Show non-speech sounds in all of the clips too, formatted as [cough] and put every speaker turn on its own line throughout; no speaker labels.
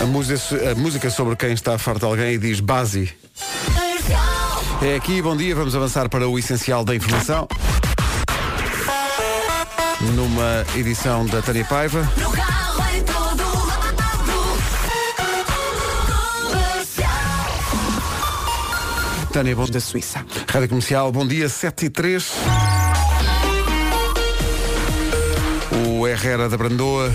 A música, a música sobre quem está farto de alguém e diz Bazi. É aqui, bom dia, vamos avançar para o essencial da informação. Numa edição da Tânia Paiva.
No carro, em todo lado.
Tânia, bom
da Suíça.
Rádio Comercial, bom dia, 7 e 3. O Herrera da
[laughs]
Brandoa,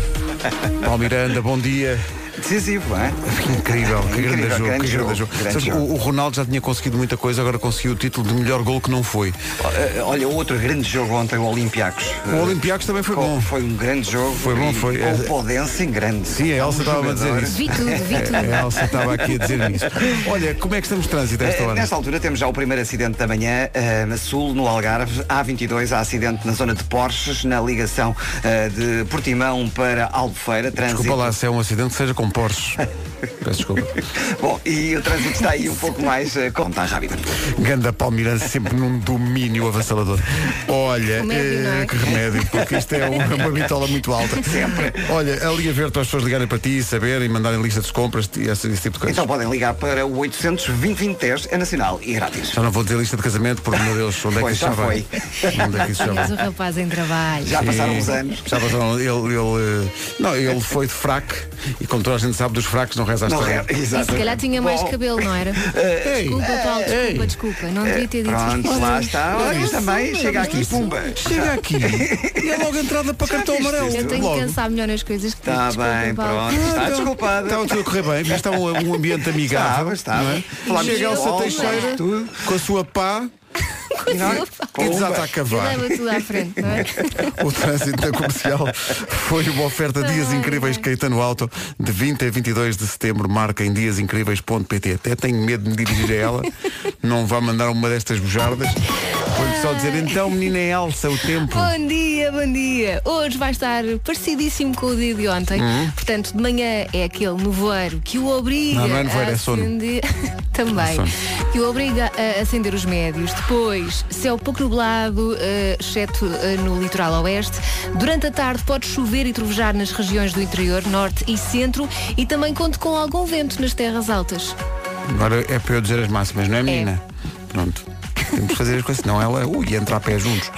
Paulo Miranda, bom dia.
Decisivo, não é?
Incrível, que
Incrível, grande
grande jogo. que grande
jogo,
jogo.
grande
Sabes,
jogo.
O, o Ronaldo já tinha conseguido muita coisa, agora conseguiu o título de melhor gol que não foi.
Eh, [laughs] Olha, outro grande jogo ontem, o Olympiacos.
O Olympiacos também foi
Co-
bom.
Foi um grande jogo.
Foi bom,
e
foi. eh,
Com o Podense em grande.
Sim, a Elsa estava a dizer
jogador.
isso.
Vi tudo, vi tudo.
A Elsa estava aqui a dizer isso. Olha, como é que estamos de trânsito a esta
Eh,
hora?
Nesta altura temos já o primeiro acidente da manhã, eh, a sul, no Algarve, A22, há acidente na zona de Porches, na ligação eh, de Portimão para Albufeira, trânsito.
Desculpa lá se é um acidente, seja com Porsche. Peço desculpa.
Bom, e o trânsito está aí um pouco mais eh, com conta rápida.
Ganda Palmeirense sempre num domínio avassalador. Olha,
Remédio, não
eh,
é?
que remédio, porque isto é uma, uma bitola muito alta. Sempre. Olha, ali a ver para as pessoas ligarem para ti, saberem, mandarem lista de compras e esse, esse tipo de coisas.
Então podem ligar para o 800 2010 é nacional e grátis.
já não vou dizer lista de casamento, porque meu Deus, onde é que
Pois,
isso
já
já vai? Onde é que isso já
Mas o
vai?
um rapaz em trabalho.
Já passaram uns
Sim.
anos.
Já passaram, ele, ele, eh, não, ele foi de fraco e como toda a gente sabe, dos fracos não reza a
Não
história. Eh,
é?
E
Exato.
se calhar tinha mais
Bom,
cabelo,
[laughs]
não era?
Ei,
Desculpa, Paulo, desculpa,
ei.
desculpa. Não devia ter dito
Pronto,
isto.
lá está. Olha, isto também chega aqui, pumba. [laughs]
Chega aqui e é logo entrada para cartão
viste
amarelo.
Eu tenho que
Logo.
pensar melhor nas coisas que
Está
digo. Desculpa,
Tá bem,
Paulo.
pronto. Está desculpado.
Estava então tudo a correr bem, mas está um, um ambiente
Estava,
amigável.
estava.
não é?
Falámos
Chega
de
Elsa
futebol,
Teixeira
falámos de
tudo.
com a sua pá e desata a
Eu
cavar.
levo tudo à frente, não é?
O trânsito da comercial foi uma oferta Dias Incríveis Caetano Alto de 20 a 22 de setembro. Marca em diasincríveis.pt. Até tenho medo de me dirigir a ela. Não vá mandar uma destas bujardas. Vou-lhe só dizer então, menina Elsa, o tempo.
Bom dia, bom dia. Hoje vai estar parecidíssimo com o dia de ontem. Portanto, de manhã é aquele nevoeiro que o obriga
Ah. Não, não é nevoeiro,
a
é sono.
acender... [laughs] Também.
É sono.
Que o obriga a acender os médios. Depois, céu pouco nublado, eh, exceto eh, no litoral oeste. Durante a tarde pode chover e trovejar nas regiões do interior, norte e centro. E também conto com algum vento nas terras altas.
Agora é para eu dizer as máximas, não é, menina? Pronto. Temos de fazer as coisas, senão ela ui, entra a pé juntos.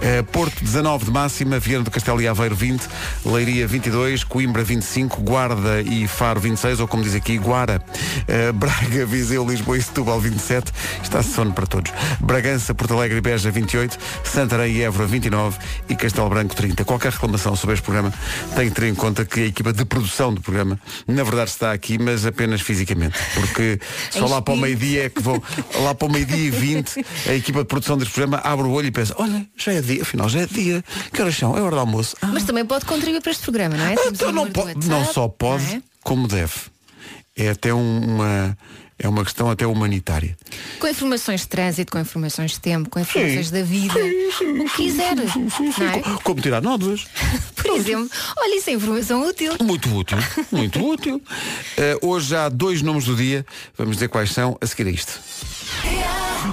Eh, Porto 19 de máxima, Viana do Castelo e Aveiro 20, Leiria 22, Coimbra 25, Guarda e Faro 26, ou como diz aqui, Guara. Eh, Braga, Viseu, Lisboa e Setúbal 27, está sono para todos. Bragança, Porto Alegre e Beja 28, Santarém e Évora 29 e Castelo Branco 30. Qualquer reclamação sobre este programa tem que ter em conta que a equipa de produção do programa, na verdade, está aqui, mas apenas fisicamente, porque só lá para o
espírito.
meio-dia é que vão. Lá para o meio-dia e 20, a equipa de produção deste programa abre o olho e pensa, olha, já é dia, afinal já é dia. Que horas são? É hora do almoço. Ah,
Mas também pode contribuir para este programa, não é? Temos
então
o
não,
número do
pode-
WhatsApp,
não só pode,
não é?
como deve. É até um- uma. É uma questão até humanitária.
Com informações de trânsito, com informações de tempo, com informações da vida, o que quiser. não é?
Co- Como tirar nódoas.
Por exemplo, olha, isso é informação útil.
Muito
[laughs]
útil, muito útil. Eh, hoje há dois nomes do dia, vamos dizer quais são, a seguir a isto.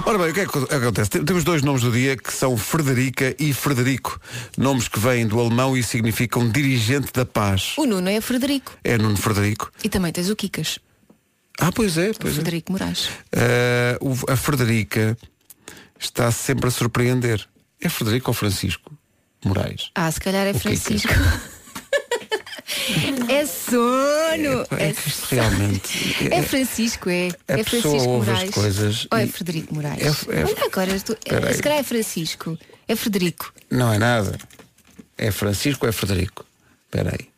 Ora bem, o que é que acontece? Tem- Temos dois nomes do dia que são Frederica e Frederico. Nomes que vêm do alemão e significam dirigente da paz.
O Nuno é Frederico.
É Nuno Frederico.
E também tens o Kikas,
Ah, pois é, pois é.
Frederico Moraes.
Eh, o- a Frederica está sempre a surpreender. É Frederico ou Francisco Moraes?
Ah, se calhar é
O Kikas.
Francisco. [laughs] é sono!
É
É,
que isto realmente.
é Francisco, é.
A
é
pessoa
Francisco
ouve as
Moraes.
coisas
Ou é
e-
Frederico Moraes.
É- é-
Olha agora, tu,
Peraí.
se calhar é Francisco. É Frederico.
Não é nada. É Francisco ou é Frederico? Espera aí.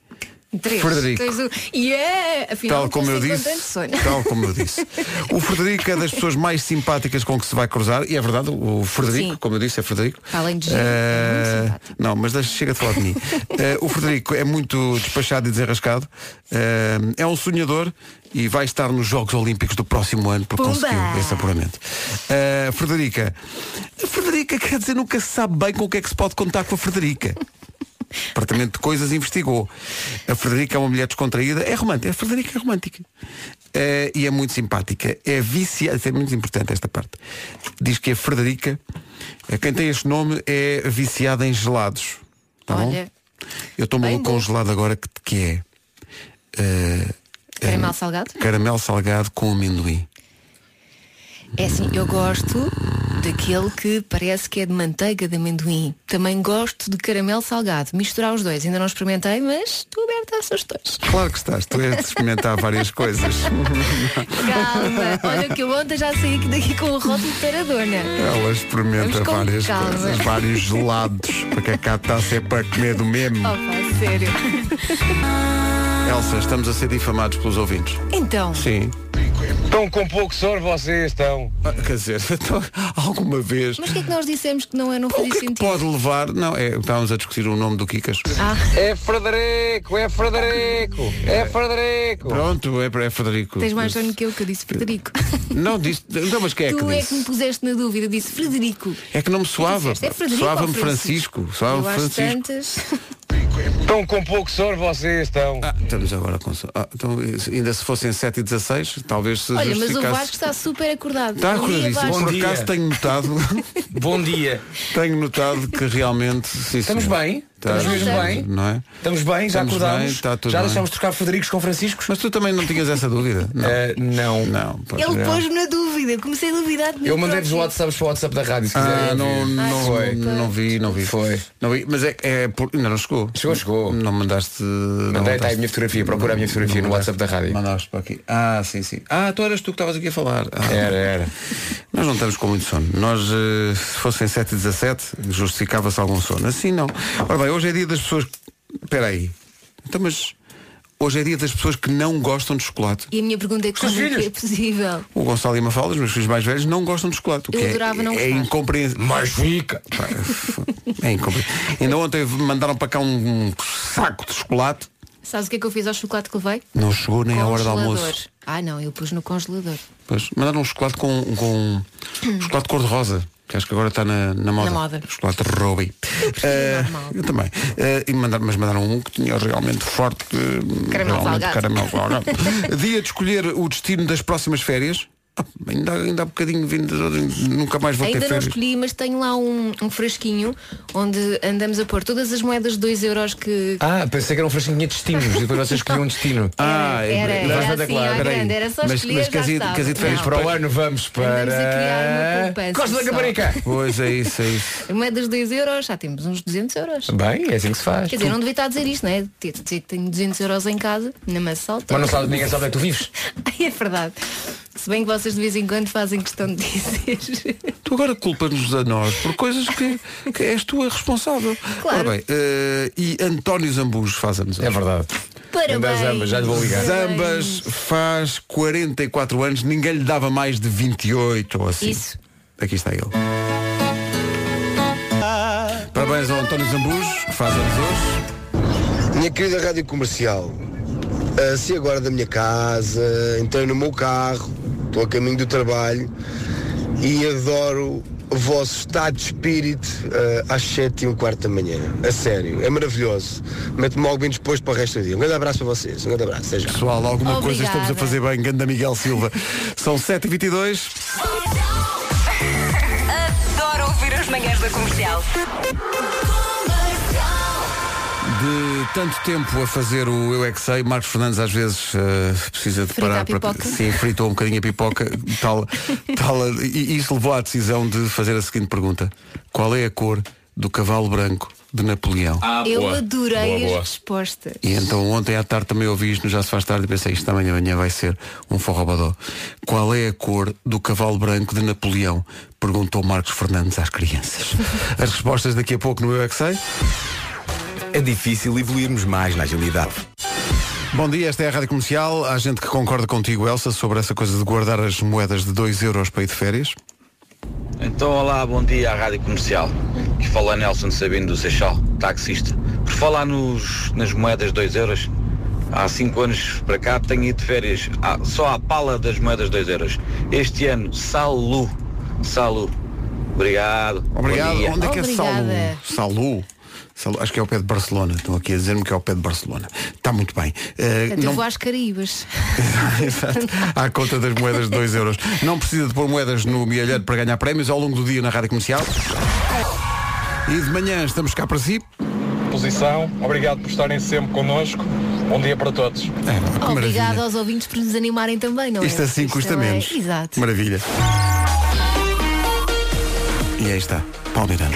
Três.
Frederico.
Dois, um. Yeah! Afinal,
Tal como eu
tens cinquenta
disse.
anos de sono.
Tal como eu disse.
[laughs]
O Frederico é das pessoas mais simpáticas com que se vai cruzar. E é verdade, o Frederico,
Sim.
como eu disse, é Frederico.
Para além de giro, é
Eh,
muito simpático.
Não, mas deixa, chega de falar de
[laughs]
mim. Eh, o Frederico é muito despachado e desenrascado. Eh, é um sonhador e vai estar nos Jogos Olímpicos do próximo ano porque
Pumba!
conseguiu esse apuramento. Eh, Frederica. A Frederica quer dizer nunca se sabe bem com o que é que se pode contar com a Frederica. O Departamento de Coisas investigou. A Frederica é uma mulher descontraída, é romântica. A Frederica é romântica. Eh, e é muito simpática. É viciada, isso é muito importante esta parte. Diz que a Frederica, eh, quem tem este nome, é viciada em gelados. Tá bom?
Olha,
Eu estou maluco
bom.
com um gelado agora que, que é. eh,
Caramelo salgado?
Caramelo salgado com amendoim.
É assim, eu gosto daquele que parece que é de manteiga de amendoim. Também gosto de caramelo salgado. Misturar os dois. Ainda não experimentei, mas estou aberta a sugestões.
Claro que estás, tu és de experimentar várias coisas.
Calma. [laughs] Olha que eu ontem já saí daqui com o rótulo né? para a dona.
Ela experimenta
Vamos com
várias
calma.
coisas, vários gelados, porque a cá está sempre para comer do mesmo.
Opa, Oh, sério. Oh.
Elsa, estamos a ser difamados pelos ouvintes.
Então,
Sim.
Estão com pouco sono vocês, estão.
Ah, Quer dizer, [laughs] então, alguma vez.
mas o que é que nós dissemos que não, é, não
O
fazia
que é que
sentido?
pode levar? Não, é, estávamos a discutir o nome do Kikas.
Ah,
É Frederico, é Frederico, é Frederico.
Pronto, é para é Frederico.
tens mais sono que eu que eu disse Frederico.
Não, disse, não, mas quem é que
[laughs] tu é que me
disse?
puseste na dúvida, disse Frederico.
É que não me soava.
Disseste, é Frederico ou
Soava-me Francisco. Soava-me
eu às
Ah, Francisco.
tantas.
Estão com pouco sono vocês, estão.
Ah, estamos agora com. so- Ah, então, se- ainda se fossem 7 e 16 talvez se
[laughs] Olha, mas o
justificasse.
Vasco está
assim.
super acordado.
Está
Bom dia,
acordadíssimo.
Vasco.
Por
dia.
acaso tenho
[laughs]
notado,
Bom dia.
tenho notado que realmente. sim,
Estamos
senhor.
bem?
Está-
Estamos mesmo bem?
Não é?
Estamos bem, já
Estamos
acordámos.
bem, está tudo
já
bem.
deixámos de trocar Federicos com Franciscos?
Mas tu também não tinhas essa dúvida? Não.
Eh, não.
Não, pois é.
Ele
não.
pôs-me na dúvida, eu comecei a duvidar de mim
Eu mandei-vos
própria.
WhatsApps para o WhatsApp da rádio, se quiserem.
Ah, não,
ouvir.
não,
Foi.
não, vi, não vi.
Foi.
Não vi, mas é, é por- ainda não chegou.
Chegou, chegou.
Não mandaste.
Mandei, está aí a minha fotografia, procura a minha fotografia no WhatsApp da rádio.
Mandaste para aqui. Ah, sim, sim. Ah, tu eras tu que estavas aqui a falar. Ah.
Era, era.
Nós não estamos com muito sono. Nós, eh, se fossem 7 e 17, justificava-se algum sono. Assim não. Ora bem, hoje é dia das pessoas. Espera aí. Então, mas hoje é dia das pessoas que não gostam de chocolate.
E a minha pergunta é como é que é
filhos?
possível?
O Gonçalo e a Mafalda, os meus filhos mais velhos, não gostam de chocolate. O
Eu
que
adorava
é,
não
é
gostar.
incompreensível.
Mas fica.
É incompreensível. Ainda ontem mandaram para cá um, um saco de chocolate.
Sabes o que é que eu fiz ao chocolate que levei?
Não chegou nem à
um
hora do
Congelador.
almoço.
Ah não, eu pus no congelador.
Pois, mandaram um chocolate com, com chocolate cor-de-rosa, que acho que agora está na, na moda.
Na moda.
Chocolate Ruby. Eh,
normal.
eu também. Eh, e mandaram, mas mandaram um que tinha realmente forte. eh, realmente
salgado.
Caramelo
[laughs]
salgado. Dia de escolher o destino das próximas férias. Ah, ainda, ainda há bocadinho vindo, nunca mais vou ter
Ainda não
férias.
escolhi, mas tenho lá um, um frasquinho onde andamos a pôr todas as moedas de 2 euros que
Ah, pensei que era um frasquinho de destinos e depois vocês escolhiam um destino.
[laughs] Ah,
Era,
é-
era
vais
assim,
até claro.
à
Espera aí.
grande, era só
mas,
escolher,
mas
já
queres ir,
sabe.
queres ir de férias
Não.
Para
para
o ano vamos
Andamos a criar uma
para.
poupança
Costa da
só.
Caparica!
Pois é isso, é isso.
as moedas de 2 euros já temos uns 200 euros.
Bem, é assim que se faz.
Quer dizer, não devia estar a dizer isto, não é? Devia Dizer que tenho 200 euros em casa, na maçã
Mas não sabe, ninguém sabe onde é que tu vives.
[laughs] Ai, é verdade. Se bem que vocês de vez em quando fazem questão de [laughs] dizer.
Tu agora culpas-nos a nós por coisas que, que és tu a responsável.
Claro.
Ora bem, eh, e António Zambujo faz anos.
É
hoje.
verdade.
Parabéns.
Ainda as ambas, já lhe vou ligar.
Zambas faz 44 anos, ninguém lhe dava mais de 28 ou assim.
Isso.
Aqui está ele. Parabéns ao António Zambujo, que faz anos hoje.
Minha querida Rádio Comercial, ah, se agora da minha casa, entrei no meu carro, estou a caminho do trabalho e adoro o vosso estado de espírito ah, às 7 e um quarto da manhã. A sério, é maravilhoso. Mete-me logo bem disposto para o resto do dia. Um grande abraço para vocês, um grande abraço, até já.
Pessoal, alguma coisa
Obrigada.
estamos a fazer bem, Ganda Miguel
[laughs]
Silva. São 7h22.
Adoro ouvir as manhãs da comercial.
De tanto tempo a fazer o Eu É Que Sei, Marcos Fernandes às vezes eh, precisa de
Frita
parar
a pipoca.
Sim, fritou um bocadinho a
[laughs]
pipoca tal, tal, e isso levou à decisão de fazer a seguinte pergunta Qual é a cor do cavalo branco de Napoleão?
Ah,
Eu
boa.
adorei
Boa, boa.
as respostas.
E então ontem à tarde também ouvi isto no Já Se Faz Tarde e pensei isto amanhã amanhã vai ser um forrobadó Qual é a cor do cavalo branco de Napoleão? Perguntou Marcos Fernandes às crianças As respostas daqui a pouco no Eu É Que Sei
É difícil evoluirmos mais na agilidade.
Bom dia, esta é a Rádio Comercial. Há gente que concorda contigo, Elsa, sobre essa coisa de guardar as moedas de 2 euros para ir de férias.
Então, olá, bom dia à Rádio Comercial. Que fala Nelson Sabino do Seixal, taxista. Por falar nos, nas moedas de 2 euros, há 5 anos para cá tenho ido de férias à- só à pala das moedas de 2 euros. Este ano, salu, salu. Obrigado. bom
Obrigado.
dia.
Onde é que é
Obrigada.
Salu? Salu? Salu? Acho que é ao pé de Barcelona. Estão aqui a dizer-me que é ao pé de Barcelona. Está muito bem. Eh,
Portanto, Eu vou às Caraíbas.
Exato. À conta das moedas de 2 euros. Não precisa de pôr moedas no milheiro para ganhar prémios ao longo do dia na Rádio Comercial. E de manhã estamos cá para si.
Posição, obrigado por estarem sempre connosco.
Bom dia para todos.
É, que
Obrigada
maravilha.
aos ouvintes por nos animarem também, não é?
Isto assim custa
não é-
menos.
Exato.
Maravilha. E aí está, Paulo
[laughs]
Miranda.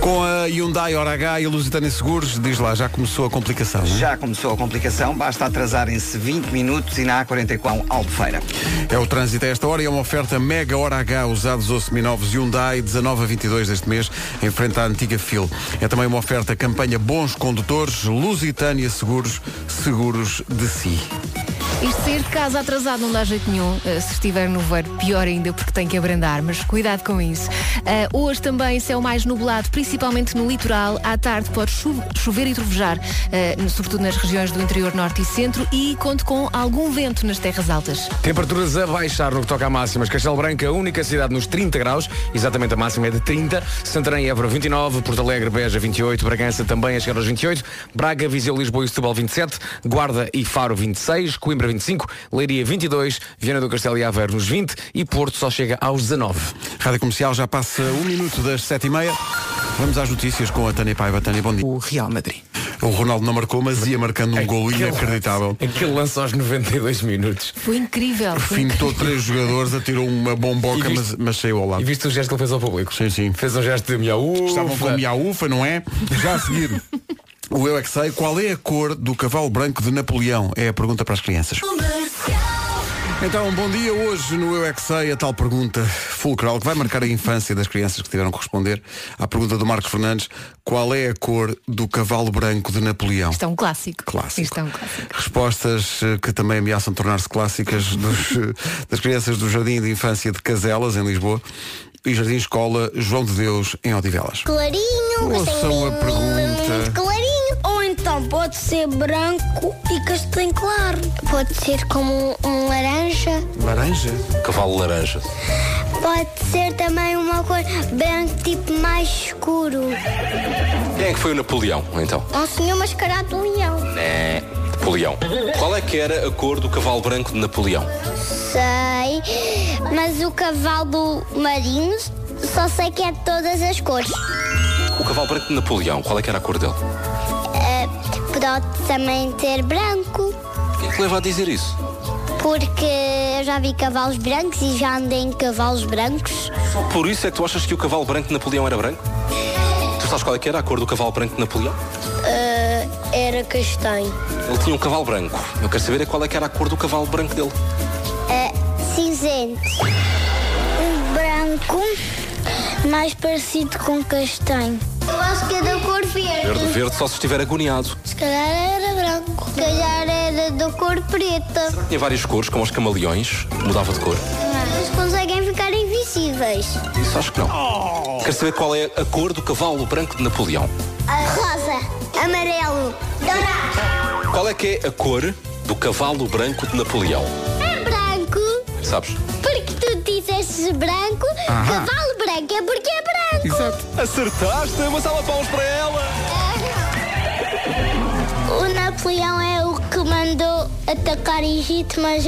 Com a Hyundai Hora H e a Lusitânia Seguros, diz lá, já começou a complicação, não é?
Já começou a complicação, basta atrasarem-se 20 minutos e na A44 Albufeira.
É o trânsito a esta hora e é uma oferta Mega Hora H, usados ou seminovos Hyundai, 19 a 22 deste mês, em frente à antiga Fil. É também uma oferta campanha Bons Condutores, Lusitânia Seguros, Seguros de Si.
Isto sair de casa atrasado não dá jeito nenhum. Uh, Se estiver no ver, pior ainda porque tem que abrandar, mas cuidado com isso. Uh, hoje também céu mais nublado, principalmente no litoral. À tarde pode chu- chover e trovejar, uh, no- sobretudo nas regiões do interior norte e centro, e conto com algum vento nas terras altas.
Temperaturas a baixar no que toca a máximas. Castelo Branco, a única cidade nos 30 graus, exatamente a máxima é de 30. Santarém e Évora 29, Porto Alegre, Beja 28, Bragança também a chegar aos 28, Braga, Viseu, Lisboa e Setúbal 27, Guarda e Faro 26, Coimbra 25, Leiria 22, Viana do Castelo e Aveiro nos 20 e Porto só chega aos 19.
Rádio Comercial já passa um minuto das sete e meia. Vamos às notícias com a Tânia Paiva. Tânia, bom dia.
O Real Madrid.
O Ronaldo não marcou, mas ia marcando um gol
Aquele-
inacreditável.
Aquele lance aos 92 minutos.
Foi incrível. Foi incrível.
Fintou três jogadores, atirou uma bomboca,
E viste-
mas, mas saiu ao
E
lado.
viste o gesto que ele fez ao público?
Sim, sim.
Fez um gesto de miau.
Estavam com a minha ufa, não é? Já a seguir. [laughs] O Eu é que sei, qual é a cor do cavalo branco de Napoleão? É a pergunta para as crianças. Então, bom dia. Hoje no Eu é que sei, a tal pergunta fulcral que vai marcar a infância das crianças que tiveram que responder à pergunta do Marcos Fernandes: qual é a cor do cavalo branco de Napoleão?
Isto é um clássico.
Clássico.
Isto é um clássico.
Respostas eh, que também ameaçam tornar-se clássicas dos, eh, das crianças do Jardim de Infância de Caselas, em Lisboa, e Jardim Escola João de Deus, em Odivelas.
Clarinho,
Ouçam
castanho
a pergunta.
muito clarinho. Ou então pode ser branco e castanho claro. Pode ser como um laranja.
Laranja?
Cavalo laranja.
Pode ser também uma cor branca, tipo mais escuro.
Quem é que foi o Napoleão, então?
Um senhor mascarado de leão.
É. Napoleão. Qual é que era a cor do cavalo branco de Napoleão?
Sei, mas o cavalo marinho só sei que é de todas as cores.
O cavalo branco de Napoleão, qual é que era a cor dele?
Eh, pode também ter branco.
Quem é que leva a dizer isso?
Porque eu já vi cavalos brancos e já andei em cavalos brancos.
Só por isso é que tu achas que o cavalo branco de Napoleão era branco? Tu sabes qual é que era a cor do cavalo branco de Napoleão?
Eh, Era castanho.
Ele tinha um cavalo branco. Eu quero saber é qual é que era a cor do cavalo branco dele.
É Cinzento. Um branco mais parecido com castanho. Eu acho que é da cor
Verde, verde, só se estiver agoniado.
Se calhar era branco. Se calhar era da cor preta.
Tinha várias cores, como os camaleões, mudava de cor.
Eles conseguem ficar invisíveis.
Isso acho que não.
Oh!
Quero saber qual é a cor do cavalo branco de Napoleão.
rosa, amarelo, dourado.
Qual é que é a cor do cavalo branco de Napoleão?
É branco.
Sabes?
Porque tu disseste branco, cavalo branco é porque é branco.
Exato.
Acertaste! Uma sala de palmas para ela!
O Napoleão é o que mandou atacar Egito, mas,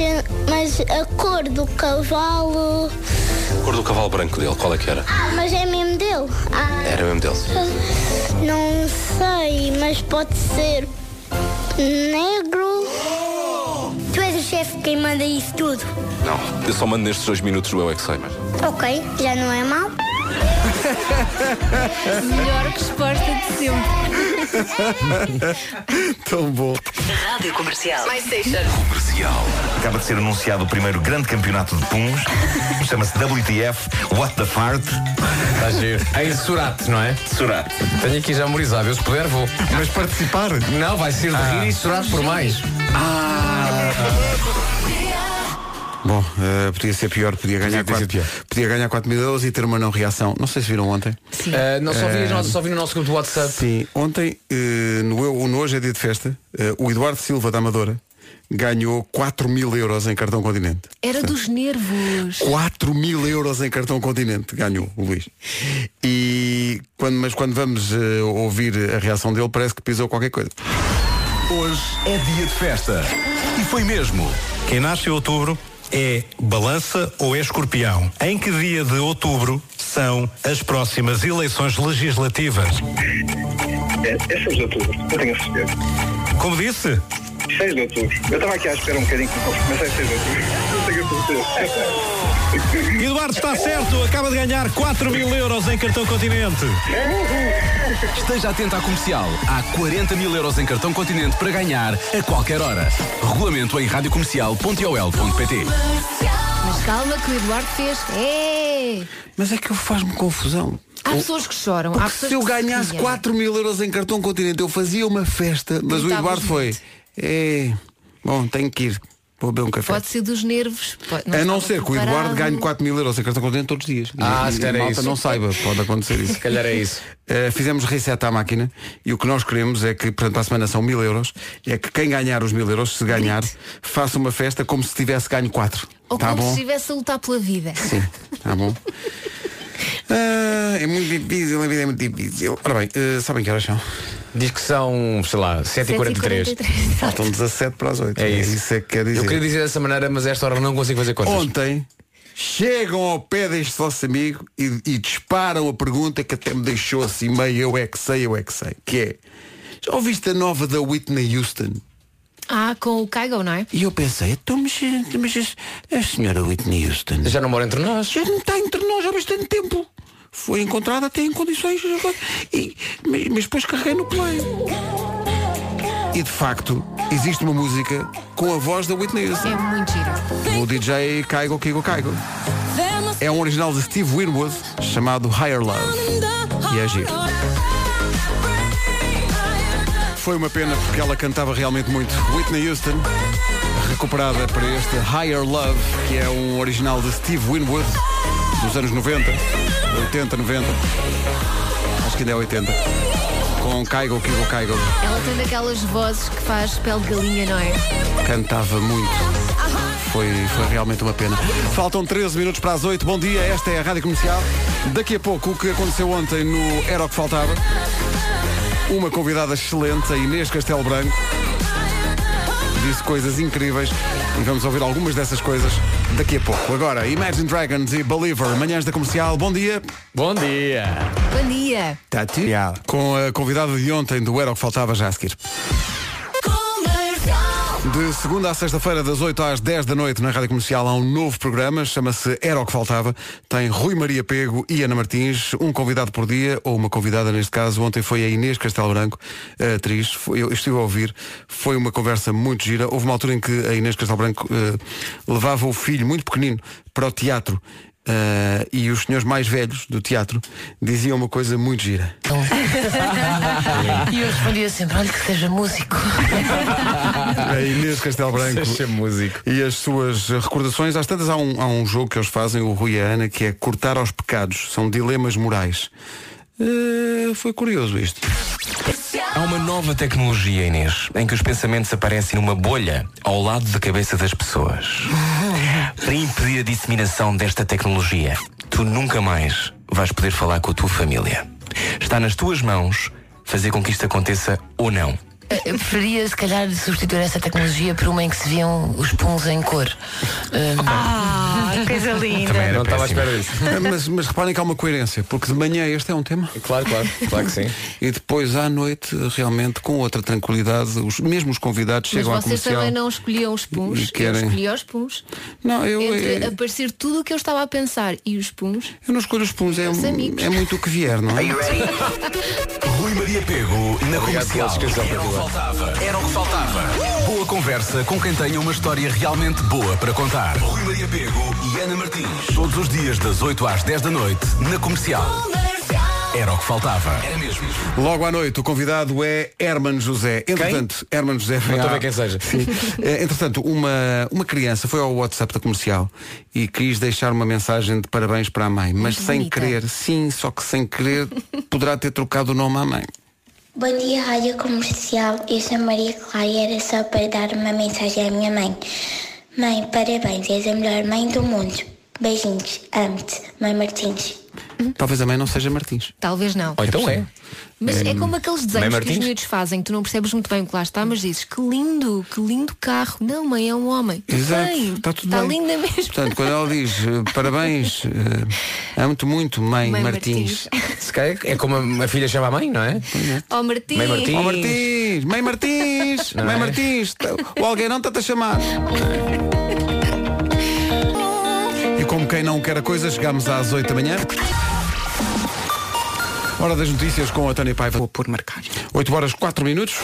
mas a cor do cavalo.
A cor do cavalo branco dele, qual é que era?
Ah, mas é mesmo dele? Ah,
Era mesmo dele.
não sei, mas pode ser negro. Tu és o chefe quem manda isso tudo.
Não, eu só mando nestes dois minutos do Eu É Que Sei, mas...
Ok, já não é mau.
Melhor resposta de sempre.
Tão bom.
Rádio Comercial. My Station.
comercial. Acaba de ser anunciado o primeiro grande campeonato de
[laughs]
puns. Chama-se WTF What the Fart
Está Tá giro. Em Surate, não é?
Surat.
Tenho aqui já memorizado, eu se puder vou.
Mas participar?
Não, vai ser de rir e Surate por mais.
Bom, eh, podia ser pior, podia ganhar,
Podia ter sido
4, podia ganhar 4 mil euros e ter uma não reação. Não sei se viram ontem.
Sim.
Ah, não só vi, nós- só vi no nosso grupo do WhatsApp.
Sim, ontem, eh, no, Eu- no Hoje é Dia de Festa, eh, o Eduardo Silva da Amadora ganhou 4 mil euros em cartão continente.
Era dos nervos.
4 mil euros em cartão continente ganhou o Luís. E quando, mas quando vamos eh, ouvir a reação dele, parece que pisou qualquer coisa.
Hoje é dia de festa. E foi mesmo. Quem nasce em outubro é balança ou é escorpião. Em que dia de outubro
são as próximas eleições legislativas?
É, é 6 de outubro, eu tenho a certeza.
Como disse?
6 de outubro. Eu estava aqui à espera um bocadinho que me confirmasse, mas é 6 de outubro. Eu tenho a certeza.
Eduardo está certo, acaba de ganhar 4 mil euros em cartão continente.
Esteja atento à comercial. Há 40 mil euros em cartão continente para ganhar a qualquer hora. Regulamento em radiocomercial.ol.pt
Mas calma que o Eduardo fez. É.
Mas é que eu faz-me confusão.
Há pessoas que choram. há
Porque
pessoas
se eu
que
ganhasse
riam.
4 mil euros em cartão continente, eu fazia uma festa, mas o
Gritavas
Eduardo foi. É, bom, tenho que ir. Vou beber um café.
Pode ser dos nervos. pode-
a não
estava
ser que o
preparado.
Eduardo ganhe 4 mil euros em cartão continente todos os dias. E-
Ah,
e,
se
a
calhar é
malta
isso.
não saiba, pode acontecer isso. Se
calhar é isso.
fizemos reset à máquina e o que nós queremos é que, portanto, para a semana são mil euros, é que quem ganhar os mil euros, se ganhar, faça uma festa como se tivesse ganho 4.
Ou
Tá
como se
bom?
estivesse a lutar pela vida.
Sim, tá
[laughs]
bom. Ah, é muito difícil, a vida é muito difícil. Ora bem, eh, sabem que horas são?
Diz que são, sei lá, 7h43.
Faltam 17 para as 8.
É isso.
é que quer dizer.
Eu queria dizer dessa maneira, mas a esta hora não consigo fazer contas.
Ontem chegam ao pé deste vosso amigo e, e disparam a pergunta que até me deixou assim meio eu é que sei, eu é que sei, que é já ouviste a nova da Whitney Houston?
Ah, com o Caigo, não é?
E eu pensei, então, mas, mas a, a senhora Whitney Houston
já não mora entre nós.
Já não está entre nós há bastante tempo. Foi encontrada até em condições. E, mas, mas depois carreguei no play. E de facto, existe uma música com a voz da Whitney Houston.
É muito giro.
O DJ Caigo Kigo Caigo. É um original de Steve Winwood chamado Higher Love. E é giro. Foi uma pena porque ela cantava realmente muito. Whitney Houston, recuperada para este Higher Love, que é um original de Steve Winwood, dos anos 90, 80, 90. Acho que ainda é 80. Com Caigo Kigo Caigo.
Ela tem daquelas vozes que faz pele de galinha, não é?
Cantava muito. Foi, foi realmente uma pena. Faltam 13 minutos para as 8. Bom dia, esta é a Rádio Comercial. Daqui a pouco o que aconteceu ontem no Era o que Faltava. Uma convidada excelente, a Inês Castelo Branco. Disse coisas incríveis e vamos ouvir algumas dessas coisas daqui a pouco. Agora, Imagine Dragons e Believer, manhãs da comercial. Bom dia.
Bom dia.
Bom dia.
Tati. Com a convidada de ontem do Era o que Faltava já a seguir. De segunda à sexta-feira, das 8 às 10 da noite, na Rádio Comercial, há um novo programa, chama-se Era o que Faltava. Tem Rui Maria Pego e Ana Martins, um convidado por dia, ou uma convidada neste caso. Ontem foi a Inês Castelo Branco, a atriz. Foi- Eu estive a ouvir, foi uma conversa muito gira. Houve uma altura em que a Inês Castelo Branco eh, levava o filho, muito pequenino, para o teatro. Eh, e os senhores mais velhos do teatro diziam uma coisa muito gira.
e eu respondia sempre, olha que seja músico.
A Inês Castelo Branco
é
e as suas recordações. Às tantas há um, há um jogo que eles fazem, o Rui e a Ana, que é cortar aos pecados. São dilemas morais. Eh, foi curioso
[laughs]
isto.
Há uma nova tecnologia, Inês, em que os pensamentos aparecem numa bolha ao lado da cabeça das pessoas. Para impedir a disseminação desta tecnologia, tu nunca mais vais poder falar com a tua família. Está nas tuas mãos fazer com que isto aconteça ou não.
Eh, Eu preferia, se calhar, substituir essa tecnologia por uma em que se viam os puns em cor. ah, coisa
Também era
Não estava à
péssimo.
espera disso.
Eh, mas, mas reparem que há uma coerência, porque de manhã este é um tema.
Claro, claro, claro que sim.
E depois à noite, realmente, com outra tranquilidade, os mesmos convidados
Mas
chegam à
vocês
comercial.
também não escolhiam os puns.
E querem-
Eu escolhi os puns.
Não, eu-
Entre
eu-
aparecer tudo o que eu estava a pensar e os puns.
Eu não escolho os puns, é,
Meus amigos.
é muito o que vier, não é?
Rui Maria Pego na
Obrigado pela
comercial.
descrição,
Era o que
Pedro.
faltava. Era o que faltava.
Boa conversa com quem tem uma história realmente boa para contar. Rui Maria Pego e Ana Martins. Todos os dias das 8 às 10 da noite na comercial. Era o que faltava. Era mesmo.
Logo à noite, o convidado é Herman José. Entretanto, Herman José foi
Não estou a
à-
ver quem seja.
Sim. Eh, Entretanto, uma, uma criança foi ao WhatsApp da comercial e quis deixar uma mensagem de parabéns para a mãe, mas
Muito
sem
bonita.
querer, sim, só que sem querer, poderá ter trocado o nome à mãe.
Bom dia, Rádio Comercial. Eu sou Maria Clara e era só para dar uma mensagem à minha mãe. Mãe, parabéns, és a melhor mãe do mundo. Beijinhos, amo-te, mãe Martins.
Talvez a mãe não seja Martins.
Talvez não.
Ou então é.
Mas é
Hum,
como aqueles
não é
desenhos que os
Martins?
miúdos fazem, que tu não percebes muito bem o que lá está, mas dizes que lindo, que lindo carro. Não, mãe, é um homem. Tudo
Exato,
bem, Tá
está tudo bem.
linda mesmo.
Portanto, quando ela diz eh, parabéns, eh, amo-te muito, mãe,
Mãe
Martins.
Se calhar é como a, a filha chama a mãe, não é?
Tá
Ó Martins.
Mãe Martins.
Oh, Martins, mãe Martins,
Não
mãe
é?
Martins, tá- ou alguém não está-te a chamar. E como quem não quer a coisa, chegámos às 8 da manhã. Hora das notícias com a Tânia Paiva. Vou por marcar. 8 horas 4 minutos.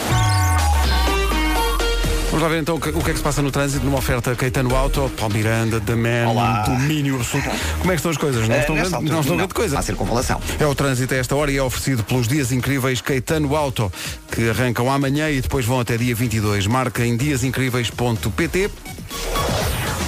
Vamos lá ver então o que, o que é que se passa no trânsito numa oferta Caetano Auto, Paulo Miranda, The Man, domínio absoluto. Como é que estão as coisas? Não
Eh,
estão
nesta
grande,
altura,
não estão
não.
grande coisa.
Há circunvalação.
É o trânsito a esta hora e é oferecido pelos dias incríveis Caetano Auto, que arrancam amanhã e depois vão até dia 22. Marca em diasincríveis.pt.